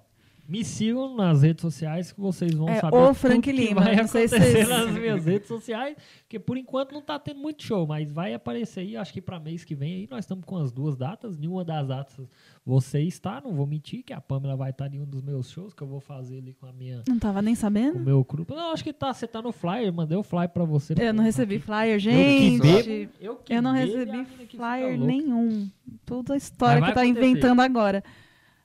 me sigam nas redes sociais que vocês vão
É,
saber
o
tudo
Frank
que
Lima,
vai
não sei se
acontecer
vocês-
nas minhas redes sociais, porque por enquanto não tá tendo muito show, mas vai aparecer aí, acho que para mês que vem aí nós estamos com as duas datas, nenhuma das datas você está, não vou mentir que a Pamela vai estar em um dos meus shows que eu vou fazer ali com a minha
Não tava nem
com o
sabendo?
meu grupo. Não, acho que tá, você tá no flyer, mandei o flyer para você.
Eu não recebi flyer,
que
gente.
Eu, que
Eu não
bebo e a
recebi
mina que fica
flyer
louca.
nenhum. Toda a história
Mas
que
vai
tá
acontecer.
inventando agora.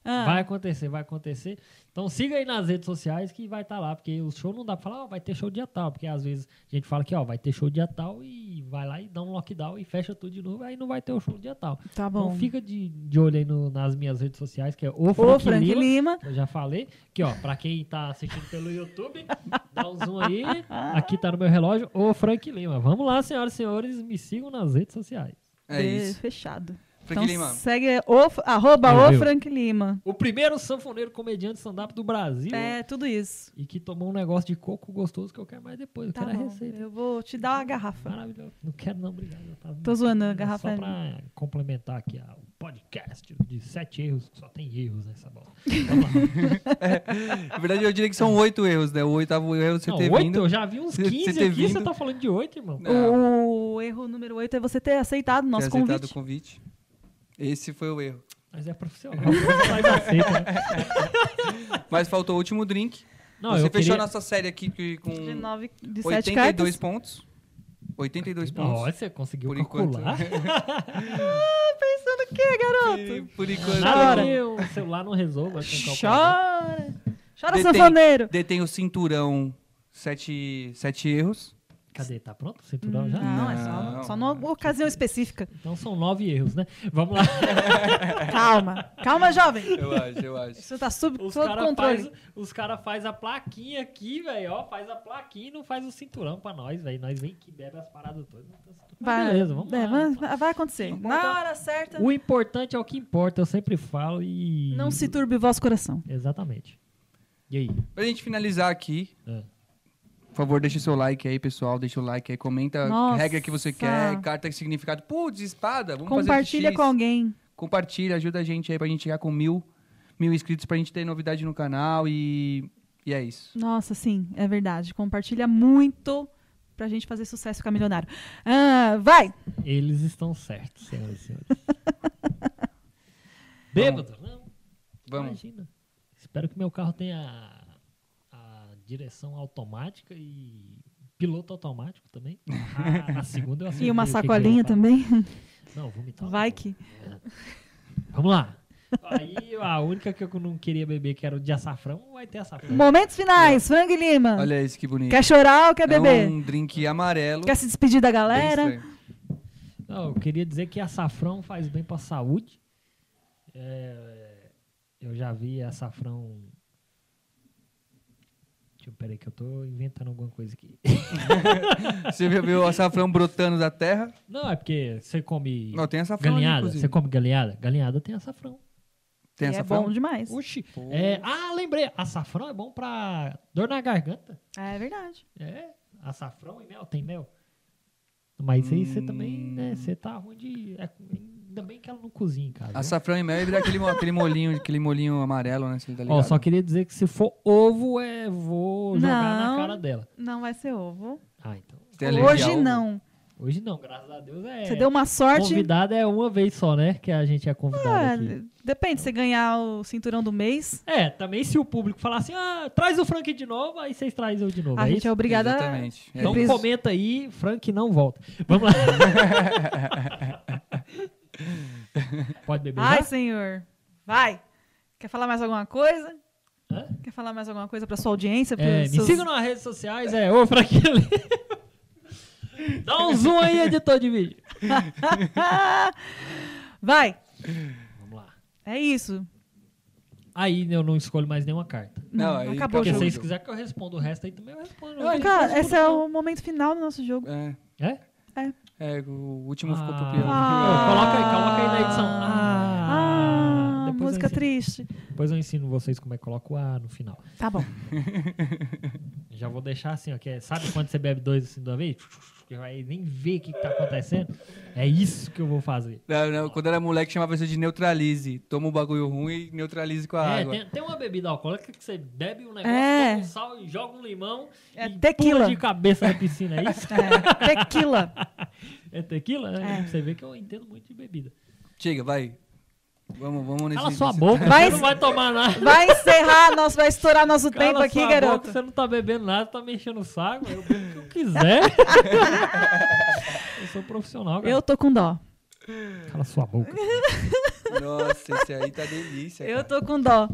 Ah,
Vai acontecer, vai acontecer. Então siga aí nas redes sociais que vai estar lá, porque o show não dá pra falar, ó, vai ter show dia tal, porque às vezes a gente fala que, ó, vai ter show dia tal e vai lá e dá um lockdown e fecha tudo de novo, aí não vai ter o show dia tal.
tá bom.
Então fica de, de olho aí no- nas minhas redes sociais, que é o
Ô,
Frank,
Frank
Lima,
Lima.
que Eu já falei, que ó, pra quem tá assistindo pelo YouTube, dá um zoom aí, aqui tá no meu relógio, o Frank Lima. Vamos lá, senhoras e senhores, me sigam nas redes sociais.
É
Be-
isso.
Fechado.
Frank
então
Lima.
segue o, f- arroba
Meu
o
Deus.
Frank Lima.
O primeiro sanfoneiro comediante stand-up do Brasil.
É, tudo isso.
E que tomou um negócio de coco gostoso que eu quero mais depois. Eu
Tá
quero a
bom.
receita.
Eu vou te dar uma garrafa.
Maravilhoso. Não quero não, obrigado. eu tava-
Tô zoando, a
Era
garrafa
Só
é-
pra complementar aqui ah, o podcast de sete erros. Só tem erros nessa bola. Vamos lá.
Na verdade, eu diria que são oito erros, né? O oitavo erro você
Não,
ter
oito?
vindo.
Eu já vi uns
Você-
15
você ter
aqui. Você
vindo.
tá falando de oito, irmão?
Não.
O, o erro número 8 é você ter aceitado o nosso
É. ter aceitado
convite.
o convite. Esse foi o erro.
Mas é profissional. Mas aceita, né?
Mas faltou o último drink.
Não,
você fechou
eu queria...
a nossa série aqui que- com
De, nove, de sete
82
cartas.
pontos. 82
Nossa,
pontos.
você conseguiu
Por enquanto.
calcular.
Ah, pensando o quê, garoto?
Por enquanto.
Nada
Chora.
que o celular não resolva. com o calculador.
Chora. Chora,
Detém.
sanfoneiro.
Detém o cinturão. Sete, sete erros.
Cadê? Tá pronto o cinturão já?
Não, é só,
Não.
só numa ocasião específica.
Então são nove erros, né? Vamos lá.
Calma. Calma, jovem.
Eu acho, eu acho.
Isso tá sob
Os
sob
cara
controle.
faz, os cara faz a plaquinha aqui, velho, ó, faz a plaquinha e não faz o cinturão pra nós, velho. Nós vem que bebe as paradas todas. então não tem cinturão. Mas
Vai,
Ah, beleza, vamos
é,
lá.
vai- vai acontecer. Na hora certa,
O importante é o que importa, eu sempre falo e
não se turbe o vosso coração.
Exatamente. E aí?
Pra gente finalizar aqui,
É.
por favor, deixa o seu like aí, pessoal. Deixa o like aí, comenta
Nossa.
a regra que você quer, carta que significado. Putz, espada, vamos
Compartilha
fazer
com alguém.
Compartilha, ajuda a gente aí pra gente chegar com mil, mil inscritos, pra gente ter novidade no canal e, e é isso.
Nossa, sim, é verdade. Compartilha muito pra gente fazer sucesso ficar milionário. Ah, vai!
Eles estão certos, senhoras e senhores. Bêbado? Não,
Vamos.
imagina. Espero que meu carro tenha a, a direção automática e piloto automático também. Ah, na segunda eu acertei
E uma
o que é? que eu ia
sacolinha
falar.
também.
Não, vomitar.
Vai que.
Vamos lá. Aí a única que eu não queria beber, que era o de açafrão, vai ter açafrão.
Momentos finais, Frank Lima.
Olha isso que bonito.
Quer chorar ou quer
É
beber?
um drink amarelo.
Quer se despedir da
Bem
galera?
estranho.
Não, eu queria dizer que açafrão faz bem pra saúde. É, eu já vi açafrão. Deixa eu, peraí, que eu tô inventando alguma coisa aqui.
Você já viu o açafrão brotando da terra?
Não, é porque você come
Não, tem açafrão ali,
galinhada.
inclusive.
Você come galinhada? Galinhada tem açafrão.
Tem
é
açafrão?
bom demais.
Oxi.
Pô.
É, ah, lembrei. Açafrão é bom pra dor na garganta.
É verdade.
É, açafrão e mel, tem mel. Mas aí você
Hum.
também, né, você tá ruim de... É, Ainda bem que ela não cozinha em casa. né?
Açafrão e mel e vira aquele, mo- aquele molinho, aquele molinho amarelo, né? Você tá
Ó,
ligado?
só queria dizer que se for ovo, é vou jogar na
Não.
cara dela.
Não vai ser ovo.
Ah, então.
Tem alergia a
Hoje
ovo?
não.
Hoje não, graças a Deus é.
Você deu um uma sorte.
Convidada é uma vez só, né? Que a gente é
Ah,
convidado aqui.
depende, se ganhar o cinturão do mês,
É, também se o público falar assim, ah, traz o Frank de novo, aí vocês trazem eu de novo.
a
é
gente
isso?
é obrigada. a-
Exatamente. É isso.
Então
preciso-
comenta aí, Frank não volta. Vamos lá. Pode beber
Ai,
já?
senhor. Vai. Quer falar mais alguma coisa?
Hã?
Quer falar mais alguma coisa pra sua audiência?
É, me
pros seus-
sigam nas redes sociais, é ô Frank Lima. Dá um zoom aí, editor de vídeo.
Ah! Vai.
Vamos lá.
É isso.
Aí eu não escolho mais nenhuma carta.
Não, aí
acabou o
Porque
acabou.
jogo.
se
Poxa,
vocês quiserem que eu responda o resto aí também, eu respondo.
Não,
Cara, esse é
o
o momento final do nosso jogo.
É,
É?
é, o último ficou pro
Ah.
piano.
Ah.
Coloca aí, coloca aí na edição. Ah,
Ah,
depois eu
música
ensino.
triste.
Depois eu ensino vocês como é que coloca o A no final.
Tá bom.
Já vou deixar assim, ó. Que é- sabe quando você bebe dois assim de uma vez? Que vai nem ver o que, que tá acontecendo. É isso que eu vou fazer.
Não, não, quando era moleque chamava isso de neutralize. Toma um bagulho ruim e neutralize com a
É,
água.
tem, tem uma bebida alcoólica que você bebe um negócio,
É.
toma um sal e joga um limão
É
e pula
tequila.
de cabeça na piscina, é isso?
É, tequila.
É tequila? né?
É.
Você vê que eu entendo muito de bebida.
Chega, vai. Vamos, vamos nesse.
Cala sua
nesse-
boca,
Vai-
você não vai tomar nada.
Vai encerrar, nosso, vai estourar nosso
Cala
tempo aqui,
sua
garoto.
boca, você não tá bebendo nada, tá mexendo o saco, eu bebo o que eu quiser. eu sou profissional, cara.
Eu tô com dó.
Cala sua boca.
Nossa, esse aí tá delícia.
Eu
cara.
tô com dó.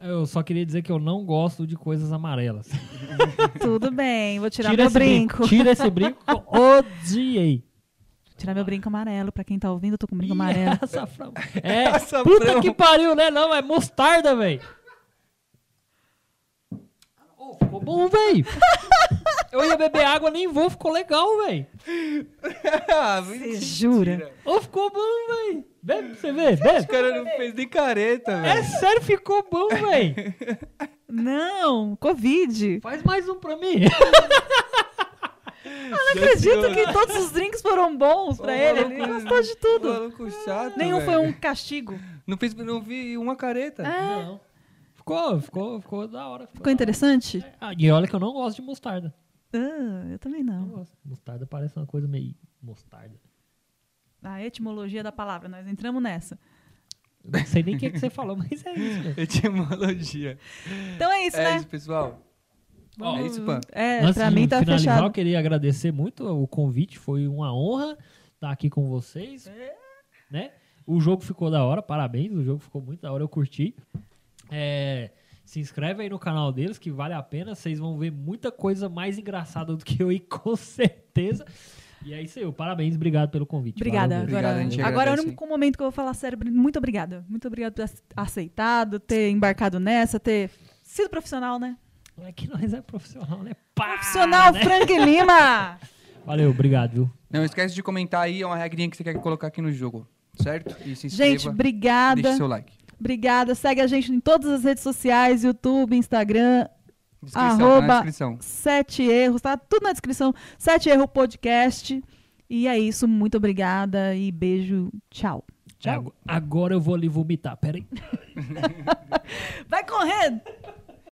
Eu só queria dizer que eu não gosto de coisas amarelas.
Tudo bem, vou tirar meu
esse
brinco.
Tira esse brinco que eu odiei.
Tirar meu brinco amarelo. Pra quem tá ouvindo, eu tô com brinco amarelo.
Ih, açafrão. É,
Açafrão.
puta que pariu, né? Não, é mostarda, velho. Ô, ficou bom, velho. Eu ia beber água, nem vou, ficou legal, velho.
Ah,
Você
mentira.
jura?
Ô, ficou bom, velho. Bebe pra você ver, bebe.
O cara não fez nem careta,
É
velho.
sério, ficou bom, velho.
Não, Covid.
Faz mais um pra mim.
Eu Ah, não acredito que todos os drinks foram bons pra
Ô,
ele.
maluco,
Ele gostou de tudo.
Maluco chato,
Nenhum
velho.
foi um É? castigo.
Não, fez, não vi uma careta.
Não. Ficou, ficou, ficou da hora.
Ficou
da hora.
interessante?
Ah, e olha que eu não gosto de mostarda.
Ah, eu também
Não
não.
gosto. Mostarda parece uma coisa meio mostarda.
A etimologia da palavra, nós entramos nessa.
Eu não sei nem o que, que você falou, mas é isso, velho.
Etimologia.
Então é isso,
É
né?
isso, pessoal.
Ó,
é isso, Pan.
É,
Antes
pra
de
mim tá
finalizar,
fechado.
eu queria agradecer muito o convite, foi uma honra estar aqui com vocês, né? O jogo ficou da hora, parabéns, o jogo ficou muito da hora, eu curti. É, se inscreve aí no canal deles, que vale a pena, vocês vão ver muita coisa mais engraçada do que eu e com certeza. E é isso aí, parabéns, obrigado pelo convite.
Obrigada.
Tipo, Valeu
Obrigado,
mesmo.
agora
a gente
agora é o
agradece,
único momento que eu vou falar sério. Brin- Muito obrigada. Muito obrigada por ac- aceitado, ter embarcado nessa, ter sido profissional, né?
É que nós é profissional, né?
Ah,
Pá,
Profissional
né?
Frank Lima!
Valeu, obrigado, viu?
Não esquece de comentar aí, é uma regrinha que você quer colocar aqui no jogo, certo? E se inscreva,
Gente, obrigada.
deixe seu like.
Obrigada. Segue a gente em todas as redes sociais, YouTube, Instagram,
Descrição, tá na
Arroba-
descrição.
Sete Erros, tá tudo na descrição. Sete Erro Podcast. E é isso, muito obrigada e beijo, tchau.
Tchau. Agora eu vou ali vomitar, peraí.